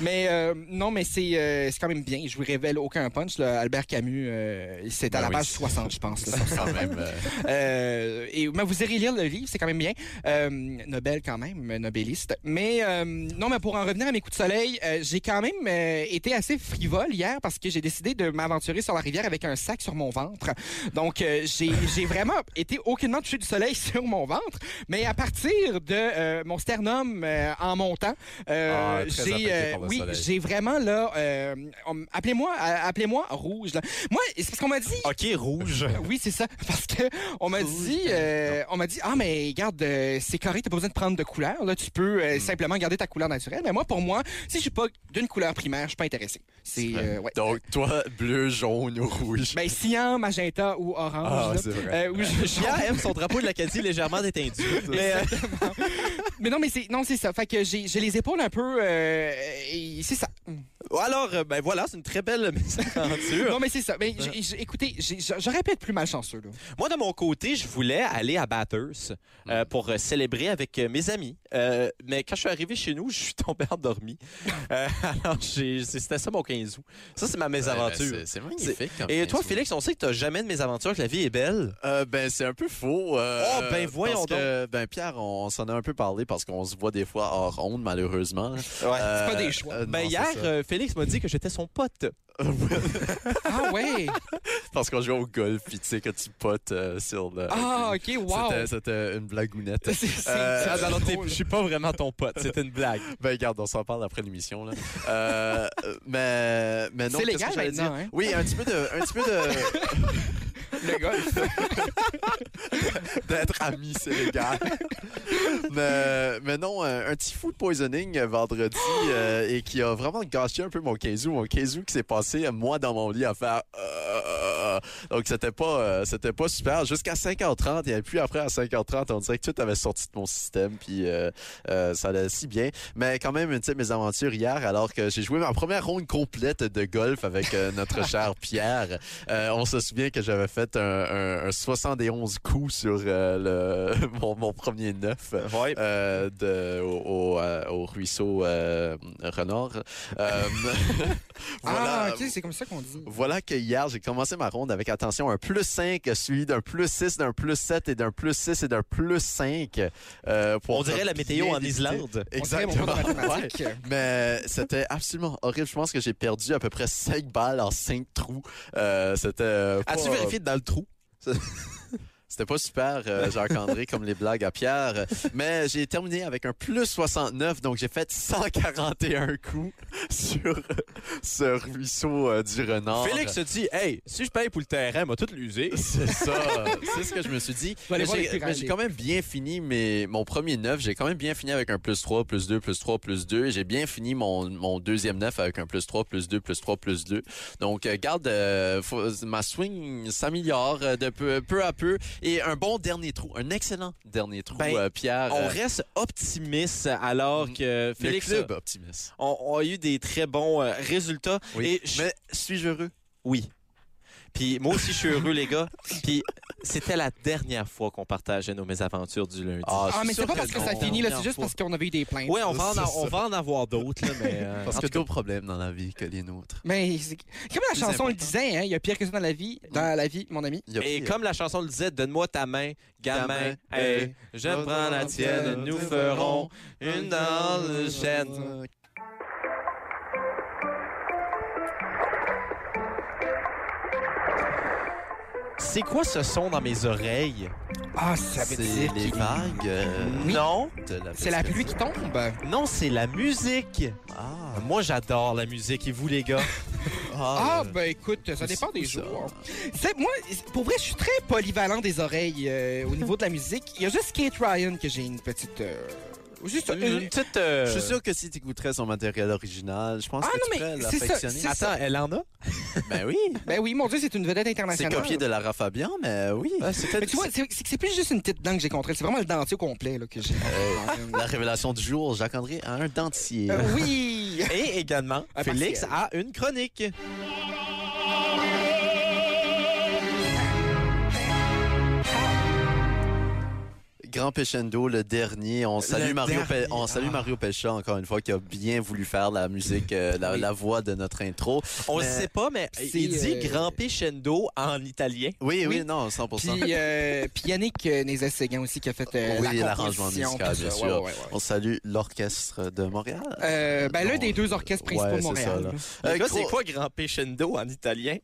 S4: Mais euh, non, mais c'est euh, c'est quand même bien. Je vous révèle aucun punch. là. Albert Camus, euh, c'est à
S3: Ben
S4: la
S3: oui,
S4: page
S3: c'est-
S4: 60, je
S3: <laughs>
S4: pense. là.
S3: <laughs> quand même. euh,
S4: <laughs> Euh, et, mais vous irez lire le livre, c'est quand même bien. Euh, Nobel quand même, euh, nobéliste. Mais euh, non, mais pour en revenir à mes coups de soleil, euh, j'ai quand même euh, été assez frivole hier parce que j'ai décidé de m'aventurer sur la rivière avec un sac sur mon ventre.
S3: <laughs>
S4: <laughs> Donc euh, j'ai j'ai vraiment été aucunement touché du soleil sur mon ventre. Mais à partir souvenir de euh, mon sternum euh, en montant. Euh,
S3: Ah, très
S4: j'ai,
S3: affecté
S4: euh,
S3: par le
S4: oui,
S3: soleil.
S4: j'ai vraiment là. euh, on- appelez-moi, euh, appelez-moi rouge. là. Moi, c'est parce qu'on m'a dit.
S1: OK, rouge.
S4: Oui, c'est ça. <laughs> Parce que on m'a dit, euh, on m'a dit, ah mais regarde, euh, c'est carré, t'as pas besoin de prendre de couleur. Là, tu peux
S3: Hmm.
S4: euh, simplement garder ta couleur naturelle. Mais moi, pour moi, si je suis pas d'une couleur primaire, je suis pas intéressé. C'est euh, ouais.
S3: Donc, toi, bleu, jaune <laughs> ou rouge.
S4: Ben cyan, magenta ou orange.
S3: Ah,
S4: là.
S3: c'est vrai.
S4: Euh, ou je- je-
S3: <laughs>
S1: Pierre aime son drapeau de l'Acadie légèrement
S4: <laughs>
S1: détendu. Mais, euh,
S4: mais non, mais c'est non, c'est ça. Fait que j'ai j'ai les épaules un peu. euh, et c'est ça.
S1: alors, euh, ben voilà, c'est une très belle <laughs> aventure.
S4: Non, mais c'est ça. Mais
S3: Ben.
S4: j'ai- j'ai- écoutez, j'ai- j'aurais pu être plus malchanceux là.
S1: Moi, de mon côté, je voulais aller à Bathurst
S3: Mm.
S1: euh, pour euh, célébrer avec euh, mes amis. Euh, mais quand je suis arrivé chez nous, <laughs> je suis tombé endormi. Euh, alors, j'ai- c'est- c'était ça mon 15 août. Ça, c'est ma
S3: Ouais,
S1: mésaventure.
S3: ben, c'est- c'est magnifique. comme
S1: Et toi,
S3: pinceau.
S1: Félix, on sait que tu jamais de mésaventures, que la vie est belle.
S3: Euh, ben, c'est un peu faux. euh,
S1: Oh, ben, voyons
S3: parce que, Ben, Pierre, on s'en a un peu parlé parce qu'on se voit des fois hors onde, malheureusement. Euh,
S4: pas des choix.
S3: euh,
S1: Ben
S3: non,
S1: hier,
S3: c'est ça.
S1: euh, Félix m'a dit que j'étais son pote.
S4: Ah
S3: <laughs>
S4: ouais.
S3: Parce qu'on jouait au golf, puis tu sais, que tu potes euh, sur le.
S4: Ah ok. Wow.
S3: C'était- C'était une
S4: <laughs>
S3: blagounette.
S4: C'est- c'est-
S3: Euh,
S4: c'est-
S3: ah, ben, non, t'es-
S1: je suis pas vraiment ton pote, c'était une blague.
S3: <laughs> Ben, regarde, on s'en parle après l'émission. là. Euh, mais, mais non,
S4: C'est
S3: qu'est-ce
S4: légal
S3: que j'allais dire?
S4: maintenant, hein?
S3: Oui, un petit peu de, un petit peu de,
S4: <laughs> Le golf.
S3: d'être amis, c'est légal. mais, mais non, euh, un, un petit food poisoning euh, vendredi euh, et qui a vraiment gâché un peu mon keizu. Mon keizu qui s'est passé, euh, moi, dans mon lit, à faire... euh, euh, euh. donc, c'était pas, euh, c'était pas super. Jusqu'à 5h30, et puis après, à 5h30, on dirait que tout avait sorti de mon système, puis euh, euh, ça allait si bien. Mais quand même, une petite mésaventure hier, alors que j'ai joué ma première ronde complète de golf avec euh, notre cher Pierre. Euh, on se souvient que j'avais fait un, un- un 71 coups sur euh, le, <laughs> mon, mon premier neuf
S1: Ouais.
S3: euh, de, au, au, euh, au ruisseau euh, Renard. Euh, <laughs>
S4: Ah ok, c'est comme ça qu'on dit.
S3: voilà que hier, j'ai commencé ma ronde avec, attention, un plus 5 suivi d'un plus 6, d'un plus 7 et d'un plus 6 et d'un plus 5. euh, pour
S1: On dirait la météo
S3: bien
S1: en
S3: éviter-
S1: Islande.
S4: On dirait mon
S3: Exactement.
S4: prof de
S3: <laughs> ouais. Ah,
S4: mathématiques.
S3: Mais c'était absolument horrible. Je pense que j'ai perdu à peu près 5 balles en 5 trous. Euh, c'était euh, pas-
S1: As-tu vérifié dans le trou?
S3: c'était pas super, euh, Jacques-André, comme les blagues à Pierre. Mais j'ai terminé avec un plus 69, donc j'ai fait 141 coups <laughs> sur ce ruisseau euh, du renard.
S1: Félix se dit, hey, si je paye pour le terrain, m'a tout l'usé.
S3: <laughs> C'est ça, c'est ce que je me suis dit.
S4: aller
S3: Mais
S4: voir les
S3: J'ai
S4: pyramides.
S3: mais j'ai quand même bien fini mes, mon premier neuf. J'ai quand même bien fini avec un plus 3, plus 2, plus 3, plus 2. J'ai bien fini mon, mon deuxième neuf avec un plus 3, plus 2, plus 3, plus 2. Donc, euh, garde, euh, faut- ma swing s'améliore euh, de peu, peu à peu. Et un bon dernier trou, un excellent dernier trou,
S1: Ben,
S3: euh, Pierre.
S1: On
S3: euh,
S1: reste optimiste
S3: Mm.
S1: alors que
S3: le
S1: Félix
S3: club optimiste.
S1: ont, ont eu des très bons euh, résultats.
S3: Oui.
S1: Et je-
S3: Mais suis-je heureux?
S1: Oui. Puis moi aussi, je suis heureux, les gars. Puis c'était la dernière fois qu'on partageait nos mésaventures du lundi.
S4: Ah, mais c'est pas parce que ça
S3: non.
S4: finit, là, c'est
S3: Dernière
S4: juste
S3: fois.
S4: parce qu'on avait eu des plaintes.
S1: ouais, on va, en,
S3: c'est
S1: a-
S3: ça.
S1: on va en avoir d'autres, là, mais... euh,
S3: <laughs> Parce
S1: en
S3: que
S1: tout cas,
S3: d'autres problèmes dans la vie que les nôtres.
S4: Mais c'est- comme la
S3: Plus
S4: chanson le
S3: important.
S4: disait, hein, il y a pire que ça dans la vie, dans la vie, mon ami.
S3: Il y a
S1: Et
S3: pire.
S1: comme la chanson le disait, donne-moi hein. ta main, gamin,
S3: Ta main,
S1: hey,
S3: hey.
S1: je prends la tienne, nous ferons une dans le chêne. C'est quoi ce son dans mes oreilles?
S4: Ah, ça
S3: C'est les vagues euh,
S1: Non,
S3: de la
S4: C'est la pluie qui tombe.
S1: non, c'est la musique.
S3: Ah,
S1: Moi, j'adore la musique, et vous, les <laughs> gars? euh,
S4: Ah, ben écoute, ça dépend des
S3: euh, ça.
S4: jours. C'est- Moi, pour vrai, je suis très polyvalent des oreilles euh, au niveau de la musique. Il y a juste Kate Ryan que j'ai une petite. euh, juste
S1: Une,
S4: une-
S1: petite... euh,
S3: Je suis sûr que si tu écouterais son matériel original, je pense
S4: Ah,
S3: que
S4: non,
S3: tu
S4: mais
S3: pourrais
S4: c'est ça,
S3: l'affectionner.
S4: c'est
S1: Attends, elle en a?
S3: Ben
S4: <laughs>
S3: oui,
S4: Ben oui, mon Dieu, c'est une vedette
S3: c'est
S4: internationale.
S3: copié de Lara Fabian, mais oui.
S1: Ah, C'était
S4: Mais tu vois, c'est c'est que c'est plus juste une petite dent que j'ai contre elle, c'est vraiment le dentier au complet là, que j'ai.
S3: La révélation du jour, Jacques-André a un dentier.
S4: Euh, oui!
S1: Et également,
S4: Un
S1: Félix
S4: partiel.
S1: a une chronique.
S3: Grand Pechendo, le dernier. On salue,
S1: Le
S3: Mario, Pe-
S1: dernier,
S3: on salue
S1: ah.
S3: Mario Pelcha, encore une fois, qui a bien voulu faire la musique, euh, la, la voix de notre intro.
S1: On le
S3: Mais-
S1: sait pas, mais
S4: C'est,
S1: il dit
S4: euh,
S1: grand crescendo en italien.
S3: Oui, oui,
S4: Oui.
S3: non, 100%.
S4: Puis, euh, puis Yannick euh, Nézet-Séguin aussi qui a fait euh,
S3: oui,
S4: la
S3: l'arrangement
S4: composition,
S3: musical,
S4: tout ça.
S3: bien
S4: Ouais,
S3: sûr.
S4: ouais, ouais, ouais.
S3: On salue l'orchestre de Montréal.
S4: Euh, ben, l'un
S3: Non,
S4: des deux orchestres principaux
S3: ouais,
S4: de
S3: c'est ça,
S4: Montréal.
S3: là.
S1: Les
S3: Euh,
S1: gars,
S3: gros-
S1: c'est quoi grand crescendo en italien?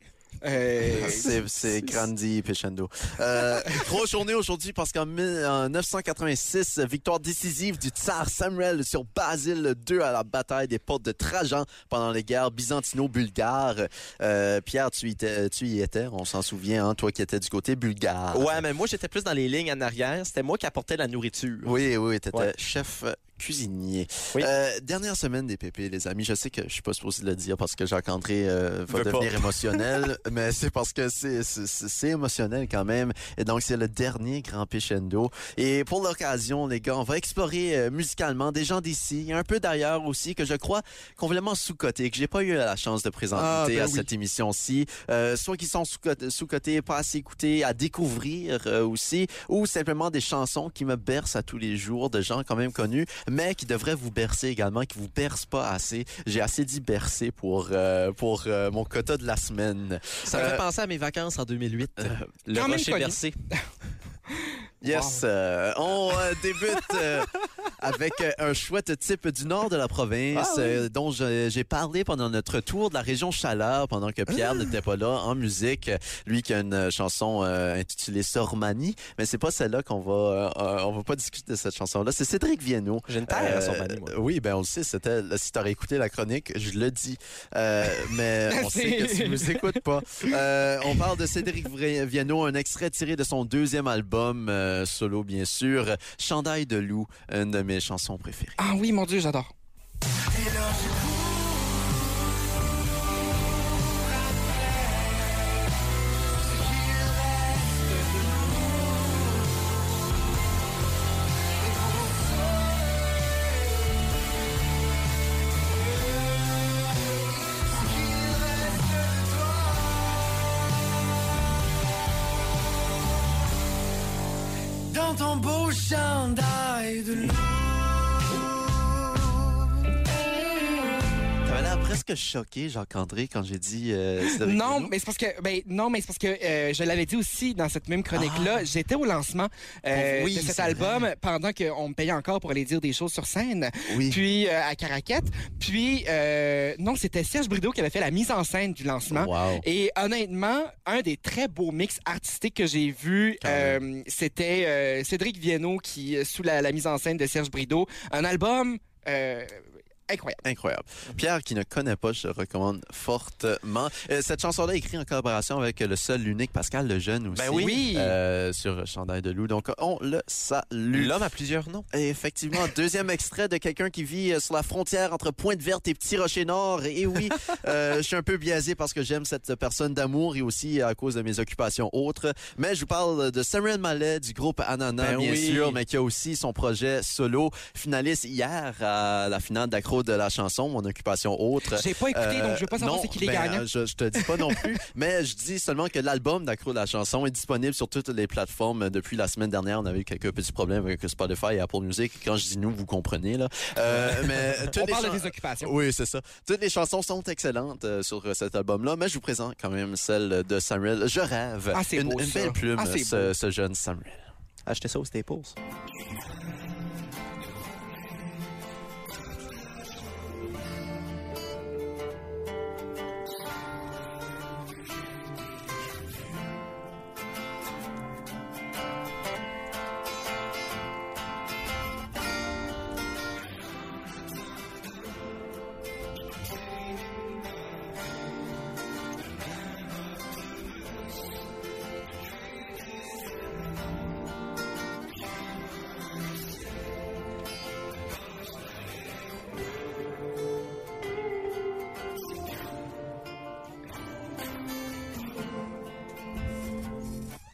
S4: Euh,
S3: <laughs> C'est- C'est grandi, Pichendo. <laughs> Euh, grosse journée aujourd'hui parce qu'en mi- en 986, victoire décisive du tsar Samuel sur Basile II à la bataille des portes de Trajan pendant les guerres byzantino-bulgares. Euh, Pierre, tu y, étais- tu y étais, on s'en souvient, hein, toi qui étais du côté bulgare.
S1: Ah, Ouais, mais moi, j'étais plus dans les lignes en arrière. C'était moi qui apportais la nourriture.
S3: Oui, oui, t'étais
S1: Ouais.
S3: chef cuisinier.
S1: Oui.
S3: Euh, dernière semaine des pépés, les amis. Je sais que je suis pas supposé le dire parce que Jacques-André euh, va
S1: Veut pas.
S4: <laughs>
S3: devenir émotionnel, mais c'est parce que c'est- c'est c'est émotionnel quand même. Et donc, c'est le dernier grand Pichendo. Et pour l'occasion, les gars, on va explorer euh, musicalement des gens d'ici, un peu d'ailleurs aussi, que je crois complètement sous-cotés, que j'ai pas eu la chance de présenter
S4: Ah, ben
S3: à
S4: oui.
S3: cette émission-ci. Euh, soit qui sont sous-cotés, sous-cotés, pas assez écoutés, à découvrir euh, aussi, ou simplement des chansons qui me bercent à tous les jours, de gens quand même connus, mais qui devraient vous bercer également, qui vous bercent pas assez. J'ai assez dit bercer pour, euh, pour euh, mon quota de la semaine.
S1: Ça me
S3: Euh,
S1: fait penser à mes vacances en 2008. le
S4: quand même
S1: rocher
S4: connu.
S1: bercé.
S3: Yes, euh, on euh, <laughs> débute euh, avec euh, un chouette type du nord de la province
S1: Ah
S3: euh, dont je- j'ai parlé pendant notre tour de la région Chaleur pendant que
S1: Ah.
S3: Pierre n'était pas là en musique. Lui qui a une euh, chanson euh, intitulée Sormani, mais c'est pas celle-là qu'on va euh, euh, on va pas discuter de cette chanson là. C'est Cédric Vienno.
S1: J'ai une terre à son
S3: Euh,
S1: manie, moi.
S3: Oui, ben on le sait, c'était si t'aurais écouté la chronique, je le dis. Euh, mais on sait que tu nous écoutes pas. Euh, on parle de Cédric Vri- Viano, un extrait tiré de son deuxième album euh, solo bien sûr, Chandail de loup, une de mes chansons préférées.
S4: Ah oui, mon Dieu, j'adore.
S5: Dans ton beau chandail de
S3: T'avais l'air presque choqué Jacques André quand j'ai dit euh, Cédric
S4: Non,
S3: Viano.
S4: mais c'est parce que, ben, non, mais c'est parce que euh, je l'avais dit aussi dans cette même chronique-là. J'étais au lancement euh,
S3: Ah. Pour- oui,
S4: de cet
S3: c'est
S4: album pendant qu'on me payait encore pour aller dire des choses sur scène.
S3: oui.
S4: Puis euh, à Caracat. Puis, euh, non, c'était Serge Brideau qui avait fait la mise en scène du lancement.
S3: Wow.
S4: Et honnêtement, un des très beaux mix artistiques que j'ai vu,
S3: Quand même.
S4: euh, c'était euh, Cédric Viennot qui, euh, sous la, la mise en scène de Serge Brideau, un album euh, incroyable.
S3: Incroyable. Pierre, qui ne connaît pas, je le recommande fortement. Euh, cette chanson-là est écrite en collaboration avec le seul, l'unique Pascal Lejeune aussi.
S1: Ben
S4: oui. Oui.
S3: Euh, sur Chandail de loup. Donc, on le salue.
S1: L'homme a plusieurs noms.
S3: Et effectivement, <laughs> deuxième extrait de quelqu'un qui vit euh, sur la frontière entre Pointe-Verte et Petit-Rocher-Nord.
S1: <laughs>
S3: Et oui, euh, je suis un peu biaisé parce que j'aime cette personne d'amour et aussi à cause de mes occupations autres. Mais je vous parle de Samuel Mallet du groupe Anana,
S1: Ben
S3: bien
S1: oui.
S3: sûr, mais qui a aussi son projet solo, finaliste hier à la finale d'accro de la chanson, mon occupation autre.
S4: J'ai pas écouté,
S3: Euh,
S4: donc je veux pas savoir
S3: non,
S4: c'est qui les hein.
S3: ben,
S4: gagnants.
S3: euh, Je, je te dis pas
S4: <laughs>
S3: non plus, mais je dis seulement que l'album d'Accro de la chanson est disponible sur toutes les plateformes depuis la semaine dernière. On avait eu quelques petits problèmes avec Spotify et Apple Music. Quand je dis nous, vous comprenez là. Euh,
S4: <laughs>
S3: mais toutes
S4: On
S3: les
S4: parle
S3: chans-
S4: des occupations.
S3: oui, c'est ça. Toutes les chansons sont excellentes euh, sur euh, cet album-là, mais je vous présente quand même celle de Samuel. Je rêve.
S4: Ah, c'est
S3: une,
S4: beau,
S3: une
S4: ça.
S3: belle plume,
S4: Ah, c'est
S3: ce,
S4: beau.
S3: ce jeune Samuel.
S1: Achetez ça au Staples.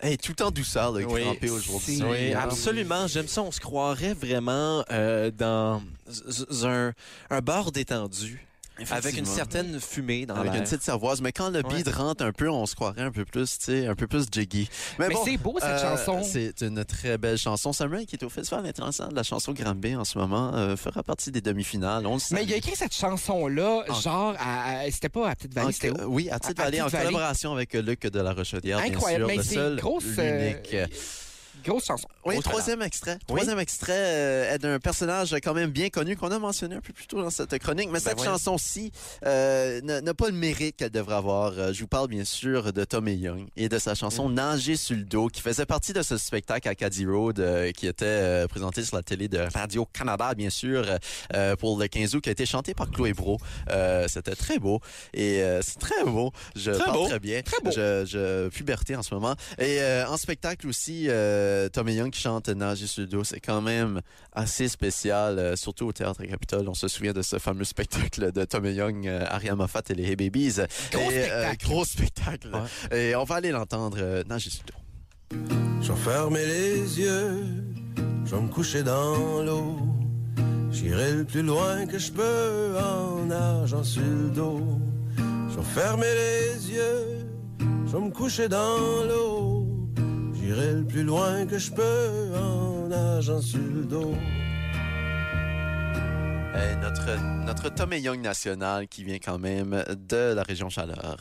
S3: Et tout en douceur, le
S1: Oui.
S3: grand P aujourd'hui.
S1: ah Oui, absolument. J'aime ça. On se croirait vraiment euh, dans z- z- un, un bar détendu avec une
S3: Effectivement.
S1: certaine fumée dans
S3: Avec
S1: l'air.
S3: une petite servoise, mais quand le
S1: Ouais.
S3: beat rentre un peu, on se croirait un peu plus, tu sais, un peu plus jiggy.
S4: Mais c'est beau, cette chanson.
S3: euh, C'est une très belle chanson. Samuel, qui est au Festival international de la chanson Granby en ce moment, euh, fera partie des demi-finales. On le sait.
S4: Mais il a écrit cette chanson-là,
S3: En-
S4: genre, à- à- c'était pas à Petite
S3: En-
S4: Vallée, c'était où?
S3: oui,
S4: À-
S3: à
S4: à
S3: Tite-Vallée, en
S4: Tite-Vallée.
S3: collaboration avec Luc de la Rochaudière, bien
S4: Incroyable,
S3: sûr,
S4: mais
S3: le
S4: c'est
S3: seul,
S4: grosse, euh,
S3: l'unique.
S4: Grosse chanson.
S3: Oui,
S1: Autre
S3: troisième extrait. Troisième extrait euh, est d'un personnage quand même bien connu qu'on a mentionné un peu plus tôt dans cette chronique, mais cette
S1: Ben voyons.
S3: chanson-ci euh, n'a n'a pas le mérite qu'elle devrait avoir. Euh, je vous parle bien sûr de Tommy Young et de sa chanson
S1: Mm.
S3: Nager sur le dos, qui faisait partie de ce spectacle à Caddy Road euh, qui était euh, présenté sur la télé de Radio-Canada, bien sûr, euh, pour le 15 août, qui a été chanté par Chloé Bro. Euh, C'était très beau et euh, c'est très beau. Je
S1: Très
S3: parle
S1: beau.
S3: très bien.
S4: Très beau.
S3: Je, je puberté en ce moment. Et euh, en spectacle aussi, euh, Tommy Young qui chante Nager sur le dos, c'est quand même assez spécial, euh, surtout au Théâtre Capitole. On se souvient de ce fameux spectacle de Tommy Young, euh, Ariane Moffat et les Hey Babies.
S4: Gros
S3: Et, euh,
S4: spectacle.
S3: gros spectacle. Et on va aller l'entendre, euh, Nager sur le dos.
S5: J'enfermais les yeux, je vais me coucher dans l'eau. J'irai le plus loin que je peux en nageant sur le dos. J'enfermais les yeux, je vais me coucher dans l'eau. J'irai le plus loin que je peux en nageant sur le dos.
S3: Euh, notre, notre Tommy Young national qui vient quand même de la région Chaleur.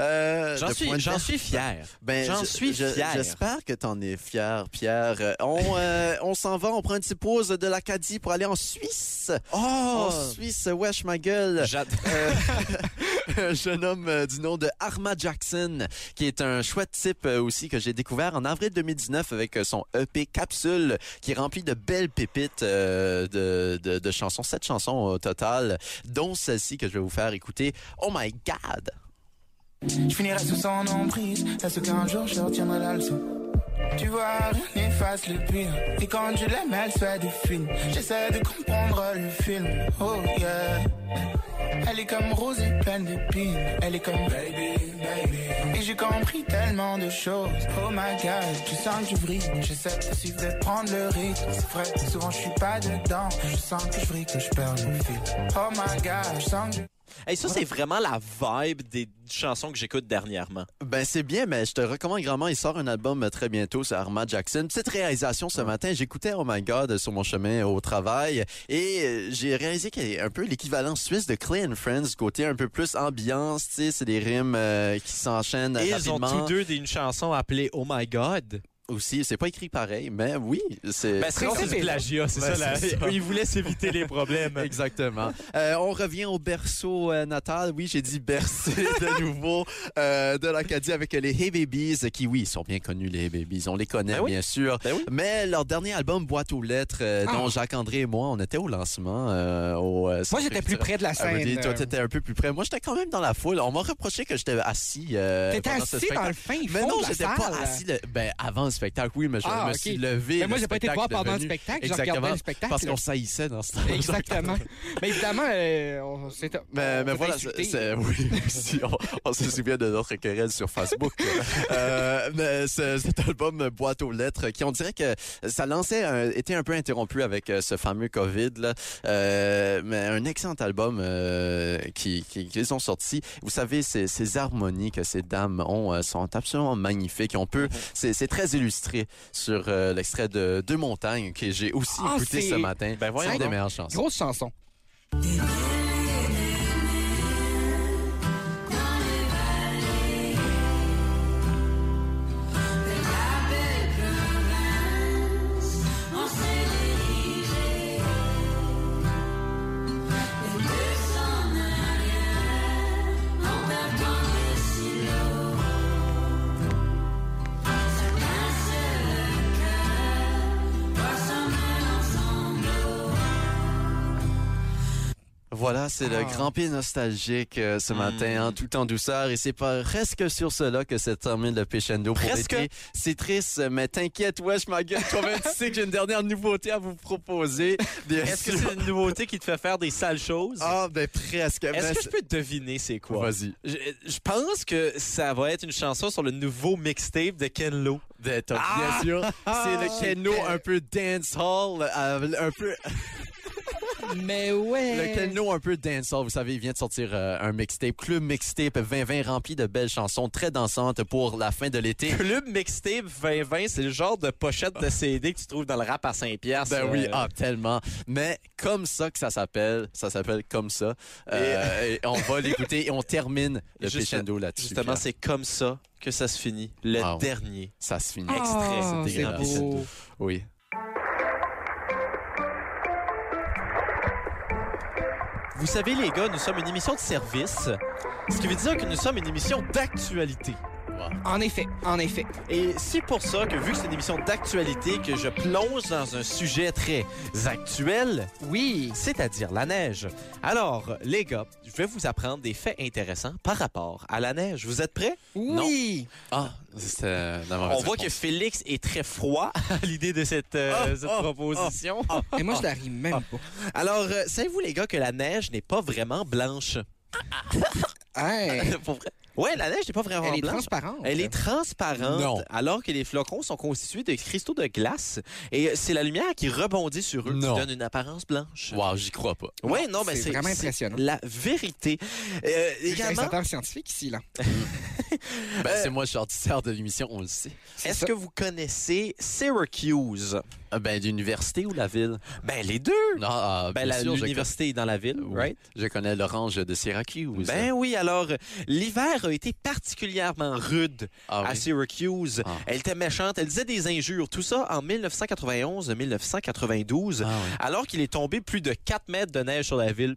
S3: Euh,
S1: J'en
S3: de
S1: suis,
S3: Pointe-
S1: j'en suis fier.
S3: Ben,
S1: J'en
S3: je-
S1: suis
S3: je-
S1: fier.
S3: J'espère que t'en es fier, Pierre. Euh, <laughs> On, euh, on s'en va, on prend une petite pause de l'Acadie pour aller en Suisse.
S1: Oh!
S3: En Suisse, wesh ma gueule.
S1: J'adore.
S3: Euh, un jeune homme euh, du nom de Arma Jackson, qui est un chouette type euh, aussi que j'ai découvert en avril 2019 avec euh, son EP Capsule, qui est rempli de belles pépites euh, de, de- de chansons, sept chansons au total, dont celle-ci que je vais vous faire écouter. Oh my God!
S7: Je finirai sous son emprise, à ce qu'un jour je retiendrai la leçon. Tu vois, rien n'efface le pire. Et quand je l'aime, elle se fait des films. J'essaie de comprendre le film. Oh yeah. Elle est comme rose et pleine d'épines. Elle est comme baby, baby. Et j'ai compris tellement de choses. Oh my god, tu sens que je brille. J'essaie de suivre, de prendre le rythme. C'est vrai, souvent je suis pas dedans. Je sens que je brille, que je perds le fil. Oh my god, je sens que je
S1: Hey, ça, c'est vraiment la vibe des chansons que j'écoute dernièrement.
S3: Ben c'est bien, mais je te recommande grandement. Il sort un album euh, très bientôt, c'est Arma Jackson. Petite réalisation ce matin, j'écoutais Oh My God euh, sur mon chemin au travail et euh, j'ai réalisé qu'il y a un peu l'équivalent suisse de Clay and Friends, du côté un peu plus ambiance, tu sais, c'est des rimes euh, qui s'enchaînent
S1: Et ils ont
S3: rapidement.
S1: tous deux des- une chanson appelée Oh My God.
S3: Aussi, c'est pas écrit pareil, mais oui, c'est...
S1: Ben, sinon,
S4: c'est
S1: c'est du
S4: ça.
S1: plagiat, c'est
S3: Ben,
S1: ça. la-
S3: c'est ça.
S1: <laughs> Ils voulaient s'éviter les problèmes.
S3: <laughs> Exactement. Euh, on revient au berceau euh, natal. Oui, j'ai dit bercé <laughs> de nouveau euh, de l'Acadie avec les Hey Babies, qui, oui, sont bien connus, les Hey Babies. On les connaît,
S1: Ben oui.
S3: bien sûr.
S1: Ben oui.
S3: Mais leur dernier album, Boîte aux lettres, euh,
S4: Ah.
S3: dont Jacques-André et moi, on était au lancement. euh, au, euh,
S4: Moi,
S3: Centre
S4: j'étais plus
S3: culturel.
S4: près de la
S3: Ah,
S4: scène.
S3: Rudy, toi,
S4: euh,
S3: t'étais un peu plus près. Moi, j'étais quand même dans la foule. On m'a reproché que j'étais assis. euh,
S4: T'étais
S3: pendant ce
S4: assis dans
S3: spectacle.
S4: le fin
S3: Mais
S4: fond
S3: non,
S4: de la
S3: j'étais pas
S4: salle.
S3: assis. le- Ben, avant le spectacle, oui, mais je
S4: Ah,
S3: me
S4: ok.
S3: suis levé.
S4: Mais moi,
S3: Le
S4: j'ai pas été te voir
S3: spectacle est
S4: pendant le
S3: devenu-
S4: spectacle. Je
S3: Exactement,
S4: regardais le spectacle. <laughs>
S3: Parce qu'on saillissait dans ce temps.
S4: Exactement. Mais évidemment, euh, on s'est.
S3: Mais,
S4: on
S3: mais
S4: s'est
S3: voilà, c'est,
S4: insulté.
S3: c'est- <laughs> oui, aussi, on, on se souvient de notre querelle sur Facebook. euh, mais ce- cet album Boîte aux lettres, qui on dirait que ça lançait, un- était un peu interrompu avec euh, ce fameux Covid. Là. Euh, mais un excellent album euh, qui, qui- qu'ils ont sorti. Vous savez, ces, ces harmonies que ces dames ont euh, sont absolument magnifiques. On
S1: Mm-hmm.
S3: peut, c'est, c'est très illustré sur euh, l'extrait de Deux montagnes que j'ai aussi
S4: Ah,
S3: écouté
S4: c'est-
S3: ce matin.
S1: Ben, voyons
S3: c'est une des
S1: donc.
S3: meilleures chansons.
S4: Grosse chanson.
S3: Voilà, c'est
S4: Ah.
S3: le grand P nostalgique euh,
S1: Hmm.
S3: ce matin, hein, tout en douceur. Et c'est pas presque sur cela que se termine le Pechendo pour
S1: Presque.
S3: l'été. C'est triste, mais t'inquiète, wesh, ma gueule, quand même, tu sais que j'ai une dernière nouveauté à vous proposer. Bien
S1: Est-ce que
S3: sûr.
S1: c'est une nouveauté qui te fait faire des sales choses?
S3: Ah, ben presque. mais
S1: Est-ce que
S3: c'est-
S1: je peux deviner c'est quoi?
S3: Vas-y.
S1: Je, je pense que ça va être une chanson sur le nouveau mixtape de Ken Lo.
S3: Ben, t'as
S1: Ah! Euh.
S3: bien sûr. C'est le Keno un peu dancehall, euh, un peu
S4: Mais ouais.
S3: Le Kenno un peu dancehall, vous savez, il vient de sortir euh, un mixtape, Club Mixtape 2020 rempli de belles chansons très dansantes pour la fin de l'été.
S1: Club Mixtape 2020, c'est le genre de pochette de CD que tu trouves dans le rap à 5 piastres.
S3: Ben oui,
S1: Euh,
S3: ah, tellement. Mais comme ça que ça s'appelle, ça s'appelle comme ça. Euh, et on va l'écouter et on termine le
S1: Juste-
S3: crescendo là-dessus.
S1: Justement,
S3: Pierre.
S1: c'est comme ça que ça se finit. Le
S3: Wow.
S1: dernier
S3: ça se finit.
S1: extrait.
S4: Ah,
S1: C'était
S4: c'est
S1: grand.
S4: beau.
S3: Oui.
S1: Vous savez, les gars, nous sommes une émission de service, ce qui veut dire que nous sommes une émission d'actualité.
S4: En effet, en effet.
S1: Et c'est pour ça que, vu que c'est une émission d'actualité, que je plonge dans un sujet très actuel,
S4: Oui.
S1: c'est-à-dire la neige. Alors, les gars, je vais vous apprendre des faits intéressants par rapport à la neige. Vous êtes prêts?
S4: Oui.
S3: Ah, c'était la mauvaise
S1: On voit que
S3: réponse.
S1: Félix est très froid <laughs> à l'idée de cette, euh,
S3: Ah,
S1: cette
S3: ah,
S1: proposition.
S4: Et moi, je la ris
S3: <laughs>
S4: même pas.
S1: Alors, euh, savez-vous, les gars, que la neige n'est pas vraiment blanche?
S4: Hey,
S3: Hein.
S1: <laughs> Pour vrai? Ouais, la neige n'est pas vraiment
S4: elle est
S1: blanche.
S4: transparente.
S1: Elle est transparente,
S3: Non.
S1: alors que les flocons sont constitués de cristaux de glace. Et euh, c'est la lumière qui rebondit sur eux
S3: Non.
S1: qui donne une apparence blanche.
S3: Wow, j'y crois pas.
S1: Ouais, non, mais
S4: c'est
S1: c'est
S4: vraiment
S1: c'est
S4: impressionnant.
S1: La vérité. Euh,
S4: C'est un
S1: également,
S4: instigateur scientifique ici, là.
S3: Ben, c'est moi, je suis artiste de l'émission, on le sait.
S4: C'est
S1: est-ce
S4: ça.
S1: que vous connaissez Syracuse?
S3: Ah, Ben, l'université ou la ville?
S1: Ben, les deux.
S3: Non, ah,
S1: Ben,
S3: bien
S1: la-
S3: sûr, je
S1: l'université est dans la ville,
S3: Oui.
S1: right?
S3: Je connais l'orange de Syracuse.
S1: Ben oui, alors, l'hiver a été particulièrement rude
S3: ah,
S1: à
S3: oui.
S1: Syracuse.
S3: Ah.
S1: Elle était méchante, elle disait des injures. Tout ça en 1991-1992.
S3: Ah, oui.
S1: alors qu'il est tombé plus de 4 mètres de neige sur la
S3: <laughs>
S1: ville.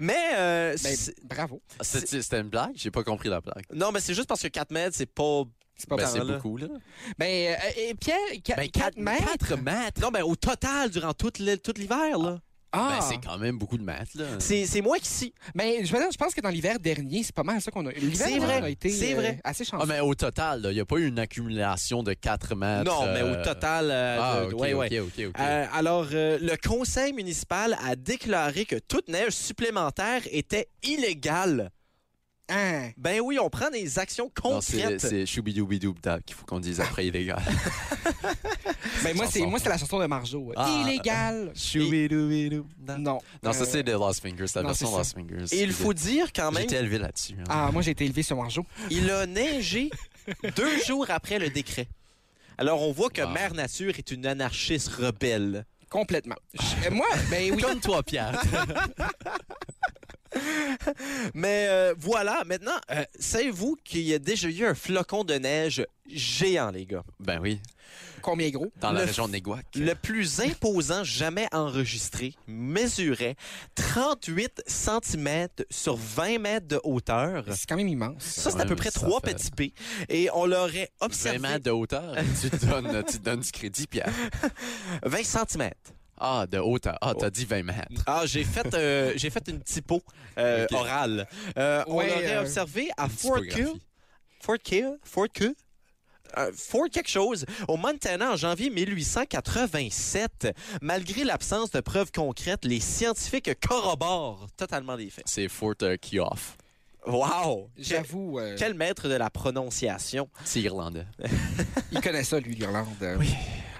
S1: mais euh,
S4: Ben,
S1: c'est-
S4: bravo.
S3: C'était Ah, c'était une blague? J'ai pas compris la blague.
S1: non, mais c'est juste parce que 4 mètres, c'est pas.
S4: C'est pas
S3: Ben,
S4: mal.
S3: c'est
S1: là.
S3: beaucoup, là.
S4: Ben, euh, et Pierre, 4
S3: Ben, quatre-
S4: mètres?
S3: quatre mètres?
S1: Non, mais au total, durant tout l'hi- tout l'hiver, là.
S4: Ah,
S3: Ben, c'est quand même beaucoup de maths, là.
S1: C'est c'est moins qu'ici.
S4: ben, je, veux dire, je pense que dans l'hiver dernier, c'est pas mal ça qu'on a. L'hiver
S1: C'est
S4: dernier,
S1: vrai,
S4: on a été
S1: c'est
S4: euh,
S1: vrai.
S4: assez chanceux.
S3: Ah, mais au total, il n'y a pas eu une accumulation de 4 mètres.
S1: Non, mais
S3: euh,
S1: au total. euh,
S3: Ah,
S1: de-
S3: ok,
S1: ouais, ouais.
S3: ok, ok, ok.
S1: Euh, alors, euh, le conseil municipal a déclaré que toute neige supplémentaire était illégale.
S4: Hein.
S1: Ben oui, on prend des actions
S3: Non, c'est-
S1: concrètes.
S3: c'est Shoubidoubidouda qu'il faut qu'on dise après, les
S1: <laughs>
S3: gars.
S4: Ben, moi, c'est
S3: chanson.
S4: moi, c'est la chanson de Marjo. euh.
S3: Ah.
S4: Illégal.
S3: Shoubidoubidouda.
S4: Non.
S3: Non,
S4: Euh,
S3: ça, c'est des Lost Fingers, la
S4: non, c'est
S3: version
S4: ça.
S3: Lost Fingers.
S1: Et il faut dire quand même
S3: J'étais élevé là-dessus. hein.
S4: Ah, moi, j'ai été élevé sur Marjo.
S1: Il a neigé deux jours après le décret. Alors, on voit que
S3: Wow.
S1: Mère Nature est une anarchiste rebelle.
S4: Complètement. Je- euh, moi, ben oui.
S3: Comme
S1: <laughs>
S3: toi, Pierre.
S1: Mais euh, voilà, maintenant, euh, savez-vous qu'il y a déjà eu un flocon de neige géant, les gars?
S3: ben oui,
S4: Combien gros?
S3: dans la
S1: Le
S3: région de Néguac.
S1: Le plus imposant jamais enregistré mesurait 38 cm sur 20 mètres de hauteur.
S4: C'est quand même immense.
S1: Ça, c'est à peu près
S3: Ça
S1: trois
S3: fait-
S1: petits P. Et on l'aurait observé
S3: Vraiment de hauteur. tu, te donnes, tu te donnes du crédit, Pierre.
S1: 20 cm.
S3: Ah, de hauteur. Ah, t'as dit 20 mètres.
S1: Ah, j'ai fait, euh, j'ai fait une typo euh,
S3: <laughs> Ok.
S1: orale. Euh, on
S4: Ouais,
S1: l'aurait
S4: euh,
S1: observé à
S3: Une
S1: Fort Q.
S3: typographie.
S1: Fort Q. Fort Q. euh, Fort quelque chose, au Montana en janvier 1887. Malgré l'absence de preuves concrètes, les scientifiques corroborent totalement les faits.
S3: C'est Fort euh, Kioff.
S1: Wow! Quel,
S4: J'avoue, euh,
S1: quel maître de la prononciation.
S3: C'est irlandais.
S4: il connaît ça, lui, l'Irlande.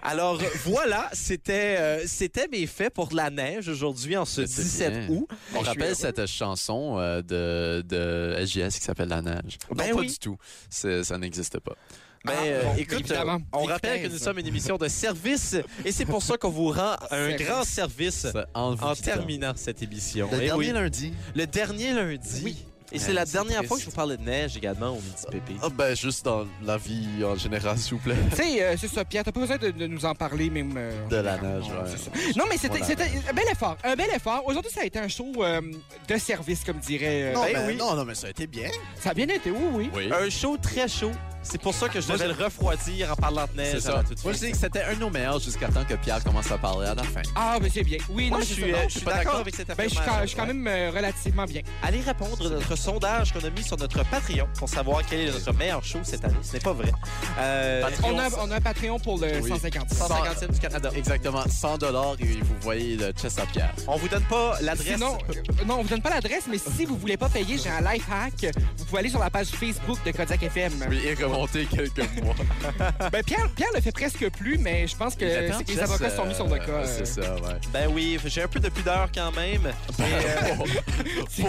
S1: Alors euh, voilà, c'était euh, c'était mes faits pour la neige aujourd'hui en ce
S3: Mais c'est
S1: 17
S3: bien.
S1: août.
S3: On
S4: je suis
S3: rappelle
S4: heureux.
S3: cette chanson euh, de, de SGS qui s'appelle La Neige.
S1: Ben
S3: non,
S1: oui.
S3: pas du tout. C'est- Ça n'existe pas.
S1: Ben,
S4: Ah,
S1: euh,
S4: bon,
S1: écoute,
S4: évidemment.
S1: euh, on rappelle que nous
S4: Évidemment.
S1: sommes une émission de service et c'est pour ça qu'on vous rend un
S4: Service.
S1: grand service
S3: Ça, Ben vous
S1: en
S3: quitte.
S1: terminant cette émission.
S3: Le
S1: Eh
S3: dernier
S1: oui.
S3: lundi.
S1: Le dernier lundi.
S3: Oui.
S1: Et c'est
S3: Ouais,
S1: la
S3: c'est
S1: dernière
S3: triste.
S1: fois que je vous parle de neige également au Midi Pépé.
S3: Ah ben, juste dans la vie en général, s'il vous plaît.
S4: Tu sais, euh, c'est ça, Pierre, t'as pas besoin de, de nous en parler, même. euh,
S3: <laughs> De la
S4: en général,
S3: neige,
S4: non,
S3: ouais.
S4: c'est ça. Non, mais c'était
S3: Voilà.
S4: c'était un bel effort, un bel effort. Aujourd'hui, ça a été un show euh, de service, comme dirait. euh,
S3: Non,
S1: Ben
S3: ben,
S1: oui.
S3: non, non, mais ça a été bien. Euh,
S4: Ça a bien été, oui, oui.
S3: Oui.
S1: Un chaud très chaud. C'est pour ça que je devais le refroidir en parlant de
S3: C'est
S1: neige.
S3: ça.
S1: avant toute
S3: Moi, je
S1: fin.
S3: dis que c'était un de nos meilleurs jusqu'à temps que Pierre commence à parler à la fin.
S4: Ah, ben c'est bien. Oui,
S1: Moi,
S4: non,
S1: je
S4: c'est
S1: suis,
S4: ça.
S1: euh,
S4: Non,
S1: je suis d'accord avec cette
S4: Ben, je suis quand, je
S1: affirmation.
S4: suis quand même euh, relativement bien.
S1: Allez répondre à notre sondage qu'on a mis sur notre Patreon pour savoir quel est notre meilleur show cette année. Ce n'est pas vrai. Euh,
S4: On a, on a un Patreon pour le
S3: Oui.
S4: 150.
S1: 150e du Canada.
S3: Exactement, 100 dollars et vous voyez le chest à Pierre.
S1: On vous donne pas l'adresse.
S4: Sinon, euh, non, on vous donne pas l'adresse, mais si vous voulez pas payer, j'ai un life hack. Vous pouvez aller sur la page Facebook de Kodak FM.
S3: Oui, et revoir compter quelques mois.
S4: Ben, Pierre, Pierre le fait presque plus, mais je pense que
S3: attend
S4: Euh, c'est que les
S3: Jess,
S4: avocats se sont mis sur le
S3: euh,
S4: cas. euh.
S3: C'est ça, <laughs> ouais.
S1: Ben oui, j'ai un peu de pudeur quand même. Mais, euh,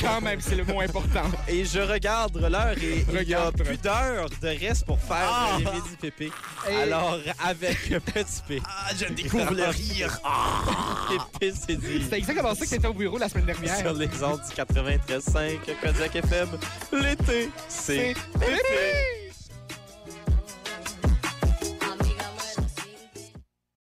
S4: Quand même, c'est le mot important.
S1: et je regarde l'heure et il y a
S4: Regarde.
S1: plus d'heure de reste pour faire
S3: Ah!
S1: euh, les midi pépé. Alors, avec <laughs> Petit P,
S3: Ah, je découvre le rire.
S1: Pépé c'est dit.
S4: C'était exactement ça que t'étais au bureau la semaine
S1: Sur
S4: dernière.
S1: les ondes du 93.5 Kodiak FM, l'été, c'est
S4: C'est-